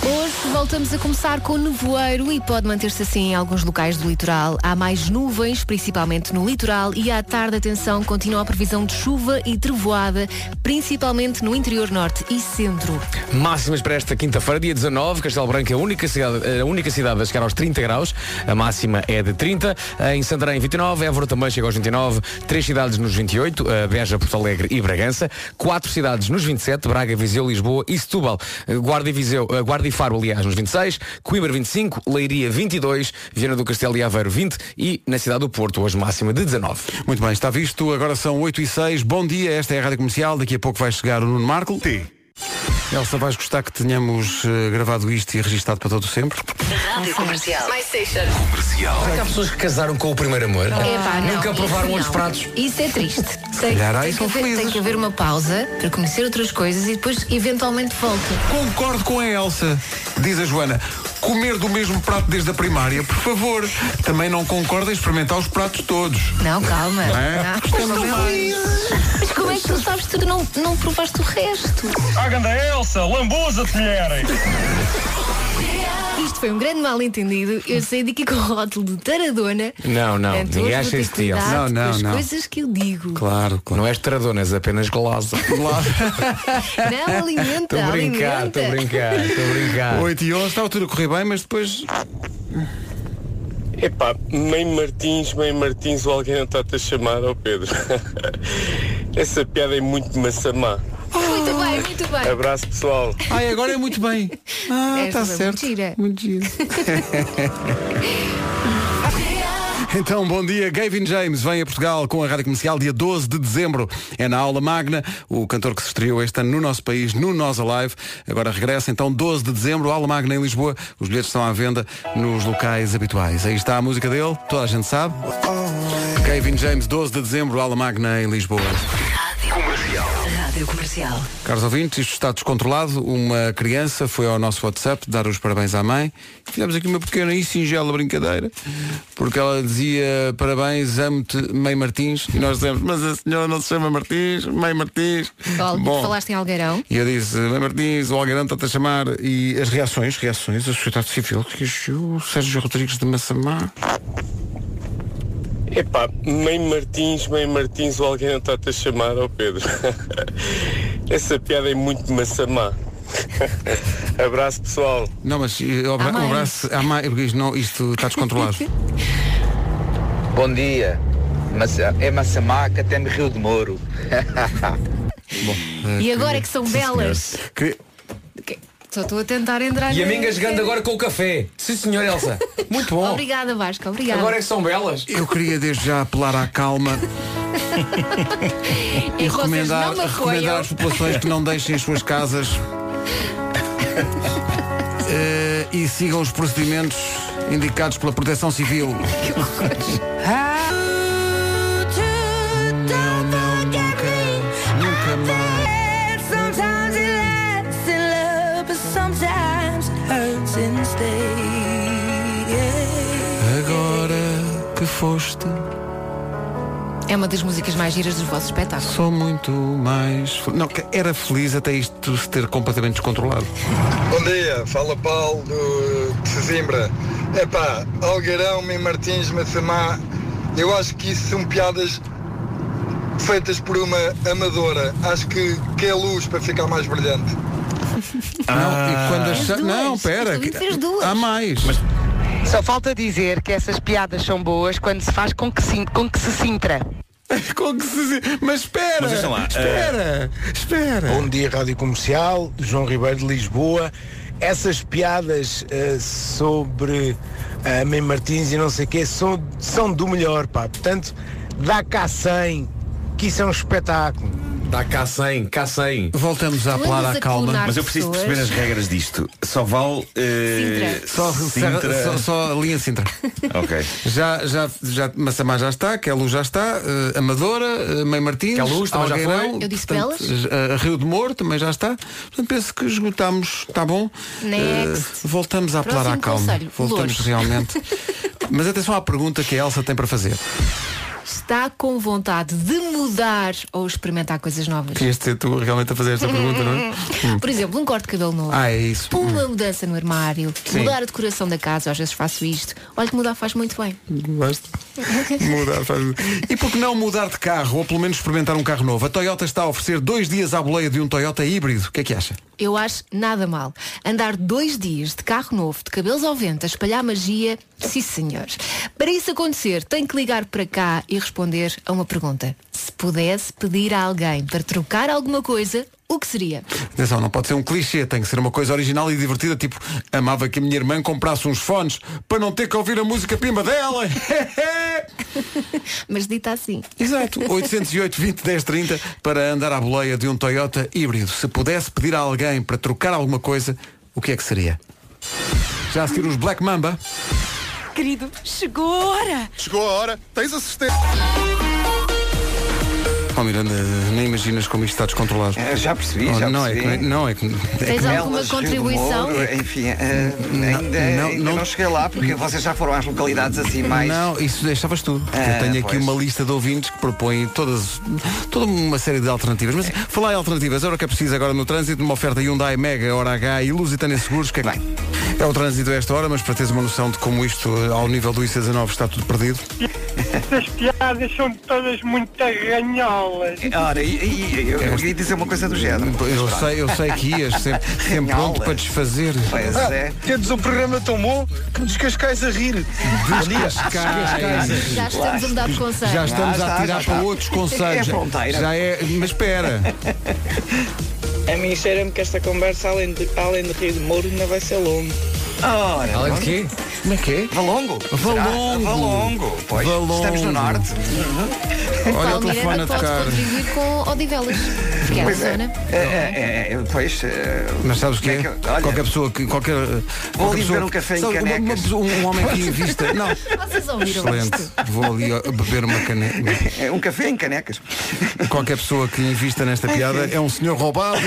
Hoje voltamos a começar com nevoeiro e pode manter-se assim em alguns locais do litoral. Há mais nuvens, principalmente no litoral, e à tarde, atenção, continua a previsão de chuva e trevoada, principalmente no interior norte e centro.
Máximas para esta quinta-feira, dia 19, Castelo Branco é a única cidade, a única cidade a chegar aos 30 graus, a máxima é de 30, em Santarém 29, Évora também chega aos 29, três cidades nos 28, eh, Beja, Porto Alegre e Bragança, quatro cidades nos 27, Braga, Viseu, Lisboa e Setúbal, Eh, Guarda e, Viseu, eh, Guarda e Faro, aliás, nos 26, Coimbra 25, Leiria 22, Viana do Castelo e Aveiro 20 e na cidade do Porto, hoje máxima de 19.
Muito bem, está visto. Agora são 8 e 6. Bom dia, esta é a Rádio Comercial. Daqui a pouco vai chegar o Nuno Marco. Sim. Elsa, vais gostar que tenhamos eh, gravado isto e registado para todo sempre?
Rádio Comercial. My Station.
Será que há pessoas que casaram com o primeiro amor?
É
Epá, não,
Nunca provaram
isso
outros
não.
pratos?
Isso é triste. Tem,
calhar, ai,
tem, que
são
haver, tem que haver uma pausa para conhecer outras coisas e depois eventualmente volta.
Concordo com a Elsa, diz a Joana. Comer do mesmo prato desde a primária, por favor. Também não concorda em experimentar os pratos todos.
Não, calma.
Não é?
Não,
Porque
calma,
estamos
calma. Mas como é que tu sabes que tu não, não provaste o resto?
Ah, ganda Elsa, lambuza-te, mulher!
Isto foi um grande mal-entendido. Eu saí daqui com o rótulo de taradona.
Não, não,
Portanto,
ninguém
hoje
acha
vou ter
isso de
cuidado
Elsa. Não, não,
com as
não.
coisas que eu digo.
Claro,
Não és tradona, és apenas [laughs] glosa. [laughs]
Não alimenta,
Estou a brincar,
alimenta.
estou a brincar, estou a brincar.
8 e 11, está tudo a correr bem, mas depois.
Epá, mãe Martins, mãe Martins, ou alguém não está-te a chamar, ó Pedro. [laughs] Essa piada é muito maçamá.
Muito bem, muito bem.
Tá
Abraço pessoal.
Ai, agora é muito bem. [laughs] Ah,
Esta
está
foi
certo.
Mentira.
Muito giro. [laughs] Então, bom dia. Gavin James vem a Portugal com a Rádio Comercial dia 12 de dezembro. É na aula magna, o cantor que se estreou este ano no nosso país, no Nós Alive. Agora regressa, então, 12 de dezembro, aula magna em Lisboa. Os bilhetes estão à venda nos locais habituais. Aí está a música dele, toda a gente sabe. Gavin James, 12 de dezembro, aula magna em Lisboa.
Rádio Comercial.
Caros ouvintes, isto está descontrolado. Uma criança foi ao nosso WhatsApp dar os parabéns à mãe. Fizemos aqui uma pequena e singela brincadeira, porque ela dizia parabéns, amo-te, mãe Martins. E nós dizemos, mas a senhora não se chama Martins, mãe Martins.
Val,
Bom,
Falaste em Algarão.
e eu disse, mãe Martins, o Algarão está-te a chamar. E as reações, reações, a sociedade civil, que o Sérgio Rodrigues de Massamá.
Epá, mãe Martins, mãe Martins, ou alguém não está-te a chamar, ó Pedro. [laughs] Essa piada é muito maçamá. [laughs] Abraço pessoal.
Não, mas eh, o abra-
À mãe.
o abraço à mãe, porque isto não- isto está
[laughs]
descontrolado.
Bom dia. Mas é Massamaca até me Rio de Moro.
É,
E agora é que são belas. Que- Só estou a tentar entrar
E a
na-
minga jogando agora com o café. Sim, senhor Elsa. Muito bom.
Obrigada, Vasco, obrigada.
Agora é que são belas.
Eu queria desde já apelar à calma e
E É vocês
recomendar,
não me
recomendar às populações que não deixem as suas
[laughs]
casas eh, e sigam os procedimentos indicados pela Proteção Civil. Não, não, nunca, nunca mais.
Sometimes it lasts in love, but sometimes it hurts instead. Yeah.
Agora que foste,
É uma das músicas mais giras dos vossos espetáculos.
sou muito mais. fel- Não, que era feliz até isto se ter completamente descontrolado.
Bom dia, fala Paulo do, de Sesimbra. Epá, Algarão, Mim Martins, Massamá, eu acho que isso são piadas feitas por uma amadora. Acho que, que é luz para ficar mais brilhante.
Não, e quando as...
Fez duas.
Não, pera.
Este ouvinte
que-
fez duas.
Há mais. Mas...
Só falta dizer que essas piadas são boas quando se faz com que, sim- com que se sintra.
[laughs] com que se... Mas espera!
Mas deixa lá,
espera! Espera!
Bom dia, Rádio Comercial, João Ribeiro de Lisboa. Essas piadas eh, sobre eh, a Mãe Martins e não sei o quê são, são do melhor, pá. Portanto, dá cá 100, que isso é um espetáculo.
Dá Tá cá 100, cá 100.
Voltamos a
apelar à calma.
Mas eu preciso perceber as regras disto. Só vale. eh,
Só,
Sintra.
só, só a linha Sintra.
Ok.
Já, já, já, Massamá já está, Quelu já está, eh, Amadora, eh, Mãe Martins,
Queluz também já
Algueirão,
foi. Eu disse
portanto,
Belas.
eh, Rio de Moro também já está. Portanto, penso que esgotámos, está bom.
Next.
Eh, voltamos a apelar à
Próximo
calma.
conselho,
Voltamos
Lourdes. [laughs]
realmente. Mas atenção à pergunta que a Elsa tem para fazer.
Está com vontade de mudar ou experimentar coisas novas?
Querias ser é tu realmente a fazer esta pergunta, não
[laughs]
é? Hum.
Por exemplo, um corte de cabelo novo.
Ah, é isso.
Uma mudança no armário,
Sim.
mudar a decoração da casa, às vezes faço isto. Olha que mudar faz muito bem.
Basta. Mudar faz... E por que não mudar de carro ou pelo menos experimentar um carro novo? A Toyota está a oferecer dois dias à boleia de um Toyota híbrido. O que é que acha?
Eu acho nada mal. Andar dois dias de carro novo, de cabelos ao vento, a espalhar magia, sim senhores. Para isso acontecer, tem que ligar para cá e responder a uma pergunta. Se pudesse pedir a alguém para trocar alguma coisa, o que seria?
Atenção, não pode ser um clichê, tem que ser uma coisa original e divertida, tipo, amava que a minha irmã comprasse uns fones para não ter que ouvir a música pimba dela. [laughs]
Mas dita assim.
Exato. 808 20 10 30 para andar à boleia de um Toyota híbrido. Se pudesse pedir a alguém para trocar alguma coisa, o que é que seria? Já a seguir os Black Mamba.
Querido, chegou a hora. Chegou a hora. Tens a certeza.
Oh Miranda, nem imaginas como isto está descontrolado.
É, já percebi,
Oh,
já
não É que,
percebi.
não é que. é que-
Elas, Rio de Moro, enfim, eh, ainda,
não,
ainda não, cheguei lá porque vocês já foram às localidades assim mais.
Não, isso deixavas tu.
Ah,
Eu tenho aqui
pois.
uma lista de ouvintes que propõe todas, toda uma série de alternativas. Mas falar em alternativas, era o que é preciso agora no trânsito, uma oferta Hyundai Mega, Hora H e Lusitânia Seguros, o que é que vem? É o trânsito a esta hora, mas para teres uma noção de como isto, eh, ao nível do IC19, está tudo perdido.
As piadas são todas muito arranholas.
Ora, e, e- eu,
É.
eu ia dizer uma coisa do género.
Eu sei, eu sei que ias sempre, sempre pronto para desfazer.
Pois
Ah,
é.
Temos um programa tão bom que descascais a rir. Descascais.
Já estamos a mudar de conselho.
Já estamos
Já está,
a
já
tirar
está.
para outros
É
conselhos.
fronteira.
Já é. Mas espera.
[laughs]
A mim cheira-me que esta conversa, além de, além de Rio de Moro, ainda vai ser longo.
Ora,
Além de
pronto.
quê?
Como é que é?
Valongo. Será?
Valongo.
Valongo. Pois,
Valongo.
estamos no norte.
Uhum.
Paulo Miranda pode contribuir com Odivelas. Porque é a
Pois é.
zona.
É, é, é, é, pois. é,
Mas sabes o que é?
como que eu- olha,
Qualquer pessoa que. Qualquer,
Vou
qualquer
ali
pessoa
beber um
que-
café em
sabe, uma- uma
canecas.
pessoa- um homem aqui
[laughs]
em vista. Não.
Vocês ouviram
Excelente.
isto?
Vou ali ó, beber uma caneca.
É um café em canecas.
Qualquer pessoa que invista nesta piada é um senhor roubado.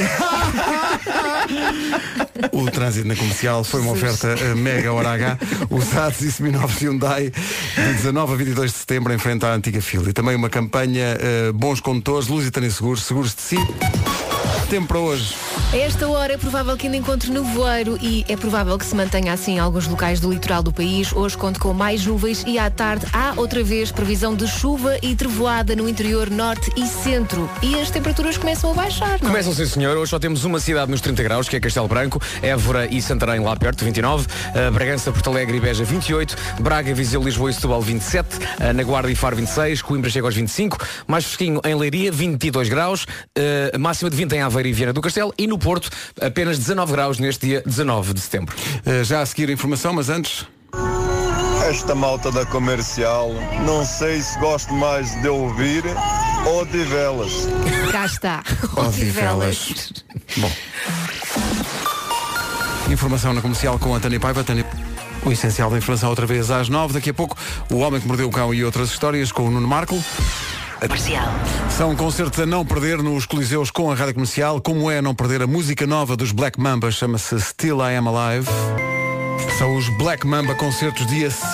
O trânsito na comercial foi uma oferta eh, mega hora H. Usados e seminovos Hyundai de 19 a 22 de setembro em frente à antiga fila. E também uma campanha eh, Bons Condutores, Lusitânia Seguros, Seguros de Si. Tempo para hoje.
A esta hora é provável que ainda encontre nevoeiro e é provável que se mantenha assim em alguns locais do litoral do país. Hoje conto com mais nuvens e à tarde há outra vez previsão de chuva e trevoada no interior norte e centro. E as temperaturas começam a baixar, não é?
Começam, sim senhor. Hoje só temos uma cidade nos 30 graus, que é Castelo Branco, Évora e Santarém lá perto, 29. eh, Bragança, Porto Alegre e Beja, 28. Braga, Viseu, Lisboa e Setúbal, 27. eh, na Guarda e Faro, 26. Coimbra chega aos 25. Mais fresquinho em Leiria, 22 graus. eh, máxima de 20 em Aveiro e Viana do Castelo. E no Porto, apenas 19 graus neste dia 19 de setembro.
Eh, já a seguir a informação, mas antes.
Esta malta da comercial, não sei se gosto mais de ouvir ou de velas.
[laughs]
Cá está.
Odivelas. Bom. Informação na comercial com a Tânia Paiva. Tânia... O essencial da informação outra vez às nove. Daqui a pouco, o homem que mordeu o cão e outras histórias com o Nuno Marco.
Comercial.
São concertos a não perder nos Coliseus com a Rádio Comercial. Como é não perder a música nova dos Black Mamba? Chama-se Still I Am Alive. São os Black Mamba concertos dia 5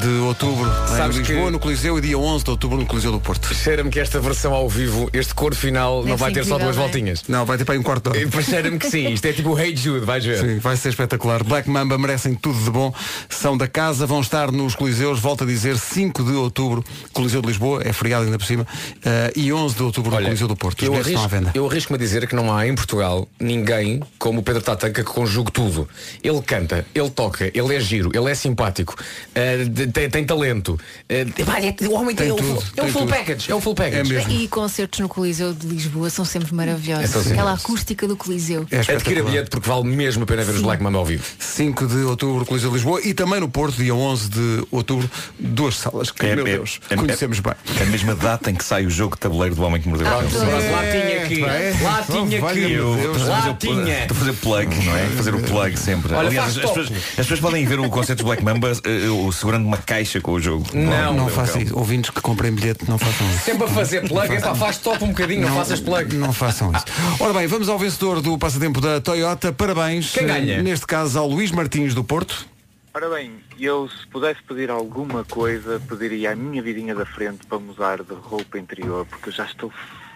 de outubro
Sabes
em Lisboa,
que-
no Coliseu, e dia 11 de outubro no Coliseu do Porto.
Cheira-me que esta versão ao vivo, este cor final, não
Deve
vai
ser
ter só
incrível,
duas
não é?
voltinhas.
Não, vai ter para aí um quarto de hora.
Eh, Cheira-me que sim. Isto é tipo o Hey Jude, vais ver.
Sim, vai ser espetacular. Black Mamba merecem tudo de bom. São da casa, vão estar nos Coliseus, volto a dizer, 5 de outubro, Coliseu de Lisboa, é feriado ainda por cima, eh, e 11 de outubro no Coliseu do Porto. Os
Eu
bilhetes estão à venda.
arrisco- eu arrisco-me a dizer que não há em Portugal ninguém como o Pedro Tatanca que conjugue tudo. Ele canta, ele ele toca, ele é giro, ele é simpático, eh, de- tem, tem talento. eh, pá, é- o homem tem,
Tem
é um full-
tudo,
é um
tem
full
tudo.
package, é um full package.
E concertos no Coliseu de Lisboa são sempre
É
maravilhosos.
tão É
Aquela acústica do Coliseu.
É
Adquira bilhete porque vale mesmo a pena ver os Black Mamba ao vivo.
5 de outubro, Coliseu de Lisboa e também no Porto, dia 11 de outubro, duas salas
É,
que, meu Deus, conhecemos bem.
É a mesma data em que sai o jogo de tabuleiro do Homem que Mordeu
Ah,
o Cão.
tudo bem. Lá
tinha que- lá tinha que-
Eu estou a fazer
lá
o pl-
Ah, tinha. Uhum.
Estou a fazer plug, não é? Fazer o plug sempre.
Olha,
Aliás,
faz
as, as
top.
pessoas, as pessoas podem ver o concerto de Black Mamba eh, eu segurando uma caixa com o jogo. do Homem que
Não, não
Mordeu o
façam
Cão.
isso. Ouvintes que comprem bilhete, não façam isso.
Sempre a fazer plug, é pá, faz top um bocadinho, não, faças plug.
Não façam isso. Ora bem, vamos ao vencedor do passatempo da Toyota. Parabéns.
Quem ganha?
eh, Neste caso ao Luís Martins do Porto.
Ora bem, eu se pudesse pedir alguma coisa, pediria à minha vidinha da frente para mudar de roupa interior, porque eu já estou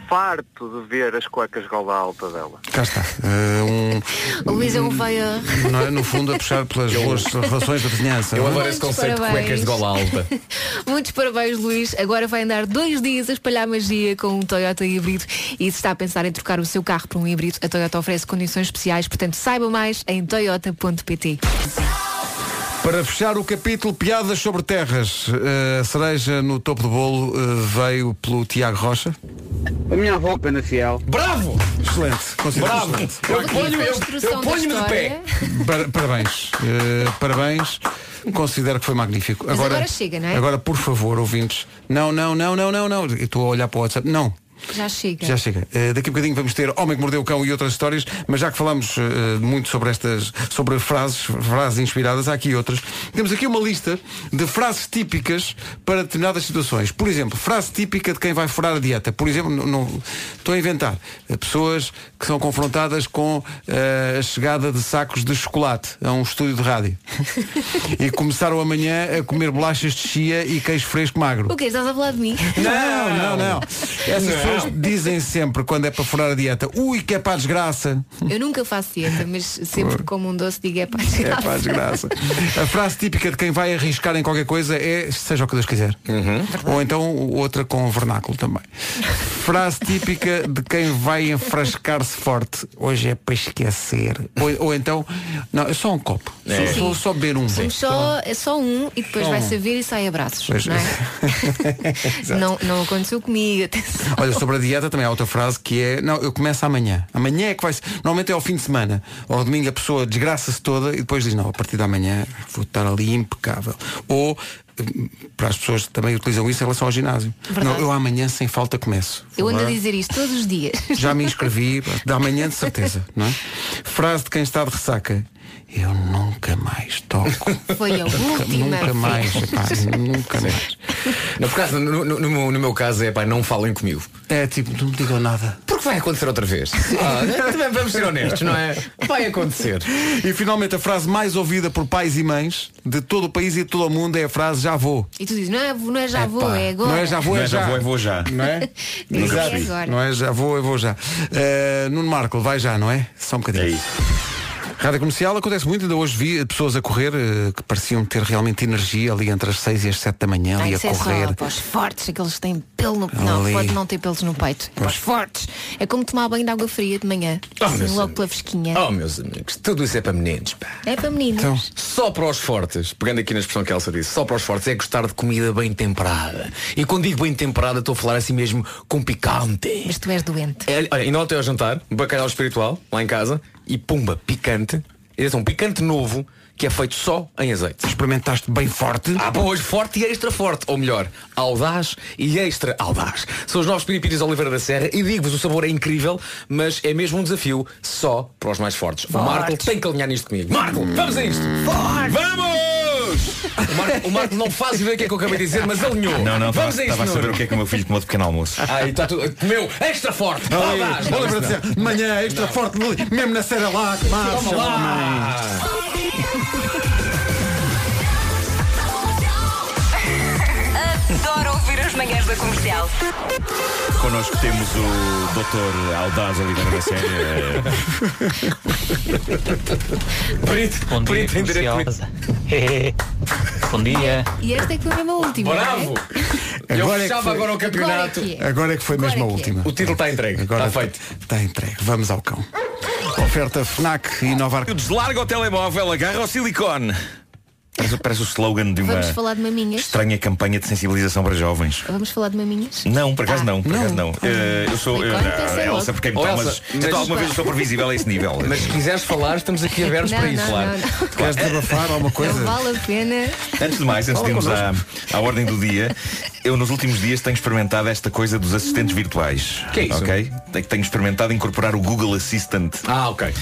farto de ver as cuecas gola alta dela.
Cá está. Eh, um-
O Luís é um veia.
não é, no fundo, a puxar pelas boas relações da vizinhança.
Eu
não é?
adoro esse conceito de
parabéns.
cuecas de gola alta.
Muitos parabéns, Luís. Agora vai andar dois dias a espalhar magia com um Toyota híbrido. E se está a pensar em trocar o seu carro por um híbrido, a Toyota oferece condições especiais. Portanto, saiba mais em toyota.pt.
Para fechar o capítulo Piadas sobre Terras, eh, a cereja no topo do bolo eh, veio pelo Tiago Rocha.
A minha avó Pena Fiel.
Bravo!
Excelente. considero
Bravo!
excelente.
Eu ponho- eu-
Construção
eu ponho-me
da
de pé.
Par- Parabéns. Eh, parabéns. Considero que foi magnífico.
Mas agora chega, não é?
Agora, por favor, ouvintes. Não, não, não, não, não, não. Eu Estou a olhar para o WhatsApp. Não.
Já chega.
Já chega. Eh, daqui a bocadinho vamos ter Homem que Mordeu o Cão e outras histórias, mas já que falamos eh, muito sobre estas, sobre frases, frases inspiradas, há aqui outras. Temos aqui uma lista de frases típicas para determinadas situações. Por exemplo, frase típica de quem vai furar a dieta. Por exemplo, não- não- estou a inventar. Eh, Pessoas que são confrontadas com eh, a chegada de sacos de chocolate a um estúdio de
[laughs]
rádio. e começaram amanhã a comer bolachas de chia e queijo fresco magro.
O que Estás a falar de mim?
Não, não, não. Essas pessoas
Não.
dizem sempre, quando é para furar a dieta, ui, que é para a desgraça.
Eu nunca faço dieta, mas sempre como um doce digo é para a
É
desgraça.
para a desgraça. A frase típica de quem vai arriscar em qualquer coisa é seja o que Deus quiser. Ou então outra com vernáculo também. Frase típica de quem vai enfrascar-se forte. Hoje é para esquecer. Ou, ou então, não, é só um copo.
É.
Só, só, só beber um.
Somos só, é só um e depois
Só
vai
um.
saber e sai abraços.
Pois.
Não, é?
[laughs] Exato.
não, não aconteceu comigo. atenção.
Olha, sobre a dieta também há outra frase que é Não, eu começo amanhã Amanhã é que vai ser Normalmente é ao fim de semana Ao domingo a pessoa desgraça-se toda E depois diz Não, a partir da manhã vou estar ali impecável Ou, hum, para as pessoas que também utilizam isso em relação ao ginásio
Verdade.
Não, eu amanhã sem falta começo
Eu ando a
Agora,
dizer isto todos os dias.
Já me inscrevi pá, Da manhã de
[laughs]
certeza não é? Frase de quem está de ressaca Eu nunca mais toco
Foi a
Nunca,
[laughs] última.
nunca mais pá, Nunca
[laughs]
mais
Não, por causa, no, no- no meu- no meu caso é pá, não falem comigo.
É tipo, não me digam nada
Porque vai acontecer outra
[laughs]
vez. Ah, também vamos ser honestos, não é? Vai acontecer.
[laughs] E finalmente a frase mais ouvida por pais e mães de todo o país e de todo o mundo é a frase já vou.
E tu dizes, não é, não é já vou,
Epá,
é agora.
Não é já vou, é já.
vou já.
Não
[laughs]
é?
Nunca
Exato.
percebi. É agora.
Não é já vou, eu vou já. Uh, Nuno Marco, vai já, não é? Só um bocadinho. Rádio Comercial acontece muito, ainda hoje vi pessoas a correr eh, que pareciam ter realmente energia ali entre as 6 e as 7 da manhã,
Ah,
ali a
isso é
correr.
só para os fortes, aqueles que têm pelo no Não,
Ali.
pode não ter pelos no peito. É para os fortes. É como tomar banho de água fria de manhã.
Oh,
assim,
meus
logo pela fresquinha.
Oh, meus amigos, tudo isso é para meninos, pá.
É para meninos.
Só para os fortes, pegando aqui na expressão que a Elsa disse, só para os fortes é gostar de comida bem temperada. E quando digo bem temperada, estou a falar assim mesmo com picante.
Mas tu és doente.
É, olha, ainda ontem ao jantar, bacalhau espiritual, lá em casa, e pumba, picante. Eles um picante novo que é feito só em azeite.
Experimentaste bem forte?
Ah, pois, forte e extra forte. Ou melhor, audaz e extra audaz. São os novos piripires Oliveira da Serra e digo-vos, o sabor é incrível, mas é mesmo um desafio só para os mais fortes. O Marco tem que alinhar nisto comigo. Marco, vamos a isto. Vamos! O Marco, o Marco não faz ideia o que é que eu acabei de dizer, mas alinhou.
Não, não,
vamos
estava
a isto.
estava a saber o que é que o meu filho tomou de pequeno almoço.
Aí está tudo. Comeu extra forte. audaz.
Ali, Oliveira da Serra, de manhã, extra forte, mesmo na serra lá, que marcha.
Toma lá.
Adoro ouvir as manhãs da comercial.
Connosco temos o Dr. Aldaz Oliveira da Serra.
Brito, bom dia,
Brito em direto,
comercial. Eh, [laughs] bom dia.
E esta é que foi mesmo a última. não é?
Eu
Agora é que
fechava
foi.
agora o campeonato.
Agora é que é.
Agora é que foi mesmo a última.
O título está entregue.
Agora
está feito.
Está entregue. Vamos ao cão. Oferta FNAC e Nova Arco.
Deslarga o telemóvel, agarra o silicone. Parece, parece o slogan de uma
Vamos falar de maminhas?
estranha campanha de sensibilização para jovens.
Vamos falar de maminhas?
Não, por acaso
Ah,
não, por acaso não. Eh, eu sou.
Silicone,
eh,
pensei logo.
Elsa, porque é
Oh,
tal,
Elsa,
mas.
mas-
então, alguma vez eu sou previsível a esse nível.
Mas se quiseres falar, estamos aqui abertos
Não,
para isso.
não,
Claro.
não, não.
Claro.
Queres desabafar alguma
Não
coisa?
vale a pena.
Antes de mais, antes de irmos à, à ordem do dia, eu nos últimos dias tenho experimentado esta coisa dos assistentes virtuais.
Que é isso?
Ok? Tenho- Tenho experimentado incorporar o Google Assistant
ah, ok.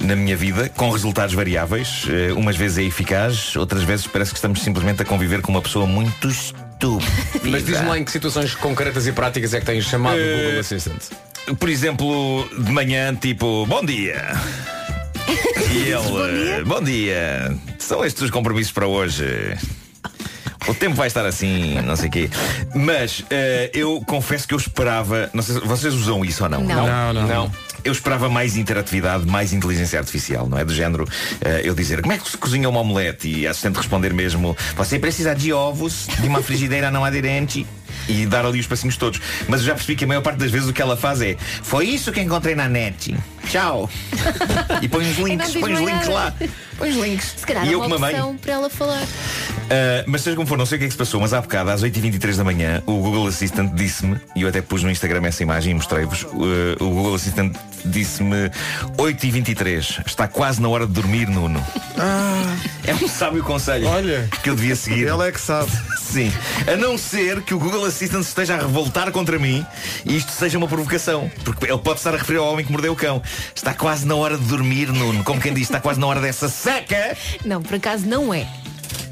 na minha vida, com resultados variáveis. Eh, umas vezes é eficaz, outras vezes parece que estamos simplesmente a conviver com uma pessoa muito estúpida.
Mas diz-me lá em que situações concretas e práticas é que tens chamado o Google Assistant.
Por exemplo, de manhã, tipo, bom dia. E ele, eh, bom dia. São estes os compromissos para hoje. O tempo vai estar assim, não sei o quê. Mas eh, eu confesso que eu esperava. Não sei se vocês usam isso ou não?
Não. Não, não.
Eu esperava mais interatividade, mais inteligência artificial, não é? Do género eh, eu dizer como é que se cozinha uma omelete e a assistente responder mesmo você precisa de ovos, de uma frigideira não aderente e dar ali os passinhos todos. Mas eu já percebi que a maior parte das vezes o que ela faz é foi isso que encontrei na net. Tchau. [laughs] e põe os links, põe os links lá. Põe os links.
Se calhar
E
há
eu
uma
com a mãe.
opção para ela falar.
Uh, mas seja como for, não sei o que é que se passou, mas há bocado, às 8h23 da manhã, o Google Assistant disse-me, e eu até pus no Instagram essa imagem e mostrei-vos, uh, o Google Assistant disse-me 8h23, está quase na hora de dormir, Nuno. É um sábio conselho Olha. que eu devia seguir. Ela é que sabe. Sim. A não ser que o Google Assistant esteja a revoltar contra mim e isto seja uma provocação. Porque ele pode estar a referir ao homem que mordeu o cão. Está quase na hora de dormir, Nuno. Como quem diz, está quase na hora dessa seca.
Não, por acaso não é.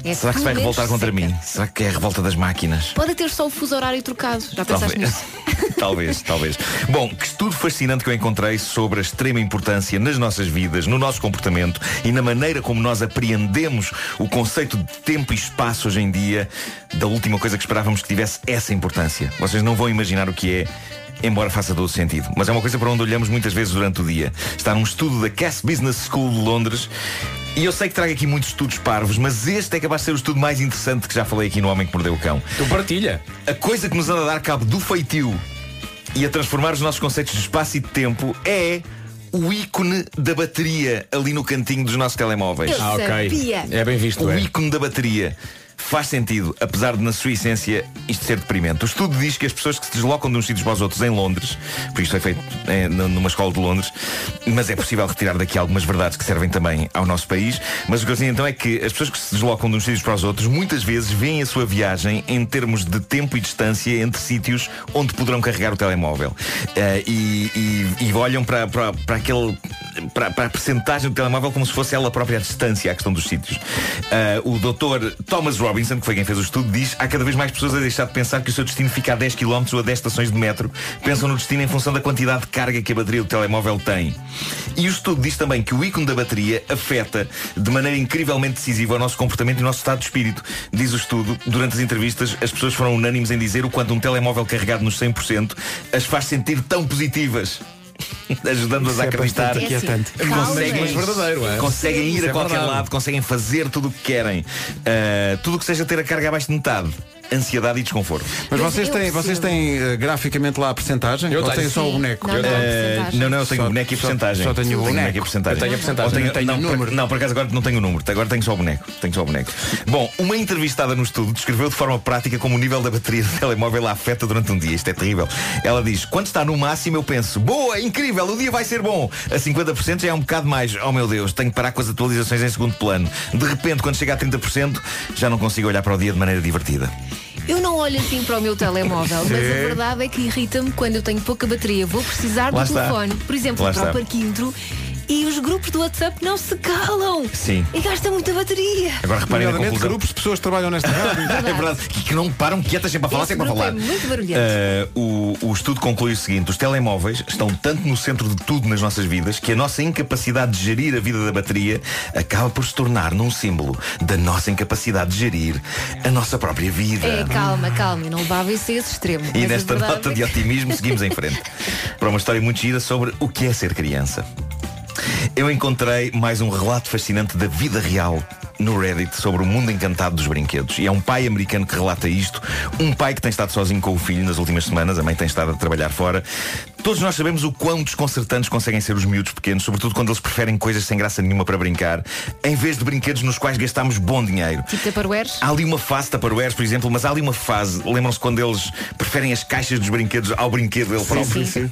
É
Será que se vai
pelo menos
revoltar contra
seca.
mim? Será que é a revolta das máquinas?
Pode ter só o fuso horário trocado. Já pensaste nisso?
[laughs] talvez, talvez. Bom, que estudo fascinante que eu encontrei sobre a extrema importância nas nossas vidas, no nosso comportamento e na maneira como nós apreendemos o conceito de tempo e espaço hoje em dia, da última coisa que esperávamos que tivesse essa importância. Vocês não vão imaginar o que é. Embora faça todo sentido, mas é uma coisa para onde olhamos muitas vezes durante o dia. Está num estudo da Cass Business School de Londres e eu sei que trago aqui muitos estudos parvos, mas este é capaz de ser o estudo mais interessante que já falei aqui no Homem que Mordeu o Cão.
Tu partilha.
A coisa que nos anda a dar cabo do feitio e a transformar os nossos conceitos de espaço e de tempo é o ícone da bateria ali no cantinho dos nossos telemóveis.
Eu Ah, ok. sabia. É bem visto,
O
é.
ícone da bateria. Faz sentido, apesar de na sua essência isto ser deprimente. O estudo diz que as pessoas que se deslocam de uns sítios para os outros em Londres, por isto foi feito eh, n- numa escola de Londres, mas é possível retirar daqui algumas verdades que servem também ao nosso país. Mas o que eu sei então é que as pessoas que se deslocam de uns sítios para os outros muitas vezes veem a sua viagem em termos de tempo e distância entre sítios onde poderão carregar o telemóvel. Eh, e, e- e olham para, para, para aquele. Para, para a percentagem do telemóvel como se fosse ela própria a distância à questão dos sítios. Ah, o doutor Thomas Robinson, que foi quem fez o estudo, diz há cada vez mais pessoas a deixar de pensar que o seu destino fica a 10 km ou a 10 estações de metro. Pensam no destino em função da quantidade de carga que a bateria do telemóvel tem. E o estudo diz também que o ícone da bateria afeta de maneira incrivelmente decisiva o nosso comportamento e o nosso estado de espírito. Diz o estudo, durante as entrevistas, as pessoas foram unânimes em dizer o quanto um telemóvel carregado nos 100% as faz sentir tão positivas. [laughs] Ajudando-as
Isso
a
é
acreditar
bastante inquietante.
que
Calma,
conseguem,
mas verdadeiro, é?
conseguem ir
Isso
a
é
qualquer
verdade.
lado, conseguem fazer tudo o que querem. Uh, tudo o que seja ter a carga abaixo de metade. Ansiedade e desconforto.
Mas vocês têm, vocês têm eh, graficamente lá a porcentagem? Ou têm só o boneco?
Eh, Não, não, eu tenho
Só-
o boneco e a
só-
porcentagem.
Só tenho o
e
boneco.
a porcentagem.
Eu tenho a porcentagem.
Ou tenho-
Não tenho
não,
o
por, não, por acaso agora não tenho o número. Agora tenho só o boneco. Tenho só o boneco. Bom, uma entrevistada no estudo descreveu de forma prática como o nível da bateria do [laughs] telemóvel a afeta durante um dia. Isto é terrível. Ela diz, quando está no máximo eu penso, boa, incrível, o dia vai ser bom. A 50% já é um bocado mais. Oh meu Deus, tenho que parar com as atualizações em segundo plano. De repente, quando chega a 30%, já não consigo olhar para o dia de maneira divertida.
Eu não olho assim para o meu telemóvel, mas a
Sim.
verdade é que irrita-me quando eu tenho pouca bateria. Vou precisar do
Lá está.
telefone, por exemplo,
Lá
para o
está.
parquímetro. E os grupos do WhatsApp não se calam.
Sim.
E gasta muita bateria.
Agora reparem na
Nomeadamente
conclusão.
grupos de pessoas que trabalham
[laughs]
nesta rádio.
é verdade. Que, que não param quietas sempre a falar,
Esse
sempre a
grupo
falar.
é muito barulhento.
Eh, o, o estudo conclui o seguinte: os telemóveis estão tanto no centro de tudo nas nossas vidas que a nossa incapacidade de gerir a vida da bateria acaba por se tornar num símbolo da nossa incapacidade de gerir a nossa própria vida.
É, calma, calma, eu não levava isso a esse extremo.
E
Mas a
nesta
verdade é
nota de otimismo seguimos em frente para uma história muito gira sobre o que é ser criança. Eu encontrei mais um relato fascinante da vida real no Reddit sobre o mundo encantado dos brinquedos. E é um pai americano que relata isto. Um pai que tem estado sozinho com o filho nas últimas semanas, a mãe tem estado a trabalhar fora. Todos nós sabemos o quão desconcertantes conseguem ser os miúdos pequenos, sobretudo quando eles preferem coisas sem graça nenhuma para brincar, em vez de brinquedos nos quais gastamos bom dinheiro.
Tipo Tupperwares?
Há ali uma fase Tupperwares, por exemplo, mas há ali uma fase, lembram-se quando eles preferem as caixas dos brinquedos ao brinquedo ele próprio?
sim.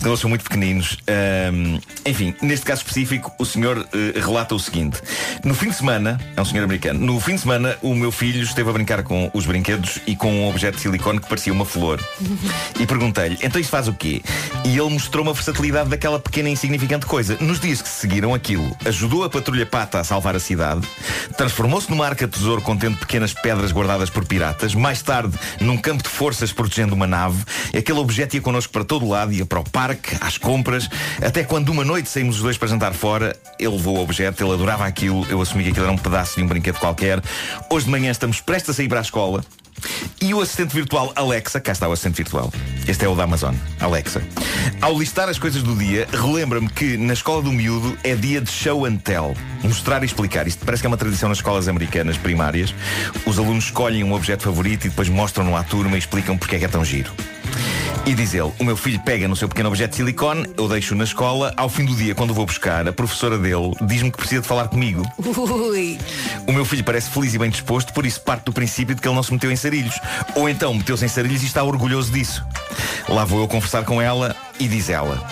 Quando Eles são muito pequeninos. Ahm, enfim, neste caso específico, o senhor eh, relata o seguinte. No fim de semana, é um senhor americano, no fim de semana o meu filho esteve a brincar com os brinquedos e com um objeto de silicone que parecia uma flor. E perguntei-lhe, então isso faz o quê? E ele mostrou-me a versatilidade daquela pequena e insignificante coisa. Nos dias que seguiram aquilo, ajudou a patrulha pata a salvar a cidade, transformou-se numa arca tesouro contendo pequenas pedras guardadas por piratas, mais tarde num campo de forças protegendo uma nave, aquele objeto ia connosco para todo lado, ia para o parque, às compras, até quando uma noite saímos os dois para jantar fora, ele levou o objeto, ele adorava aquilo, eu assumi que aquilo era um pedaço de um brinquedo qualquer. Hoje de manhã estamos prestes a sair para a escola. E o assistente virtual Alexa, cá está o assistente virtual. Este é o da Amazon, Alexa. Ao listar as coisas do dia, relembra-me que na escola do miúdo é dia de show and tell. Mostrar e explicar. Isto parece que é uma tradição nas escolas americanas primárias. Os alunos escolhem um objeto favorito e depois mostram-no à turma e explicam porque é que é tão giro. E diz ele, o meu filho pega no seu pequeno objeto de silicone, eu deixo na escola, ao fim do dia, quando o vou buscar, a professora dele diz-me que precisa de falar comigo.
Ui.
O meu filho parece feliz e bem disposto, por isso parte do princípio de que ele não se meteu em sarilhos. Ou então meteu-se em sarilhos e está orgulhoso disso. Lá vou eu conversar com ela e diz ela.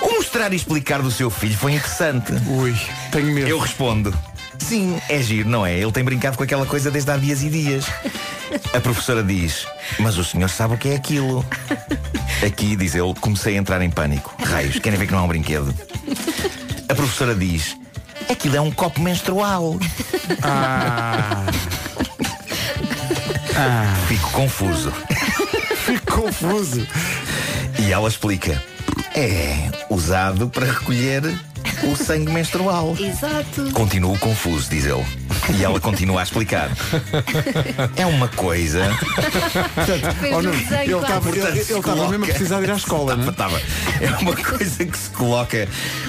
O mostrar e explicar do seu filho foi interessante. Ui, tenho medo.
[laughs]
Eu respondo. Sim, é giro, não é? Ele tem brincado com aquela coisa desde há dias e dias. A professora diz, mas o senhor sabe o que é aquilo. Aqui, diz ele, comecei a entrar em pânico. Raios, querem ver que não é um brinquedo? A professora diz, aquilo é um copo menstrual. [laughs] Ah. Fico confuso. Fico confuso. E ela explica, é usado para recolher o sangue menstrual.
Exato.
Continuo confuso, diz ele. E ela continua a explicar. É uma coisa. Oh,
Fez um desenho ele quase.
tá
tava- ele- ele
Portanto, se
tava mesmo a
coloca-
precisar ir à escola,
Tava, tava. É uma coisa que se coloca,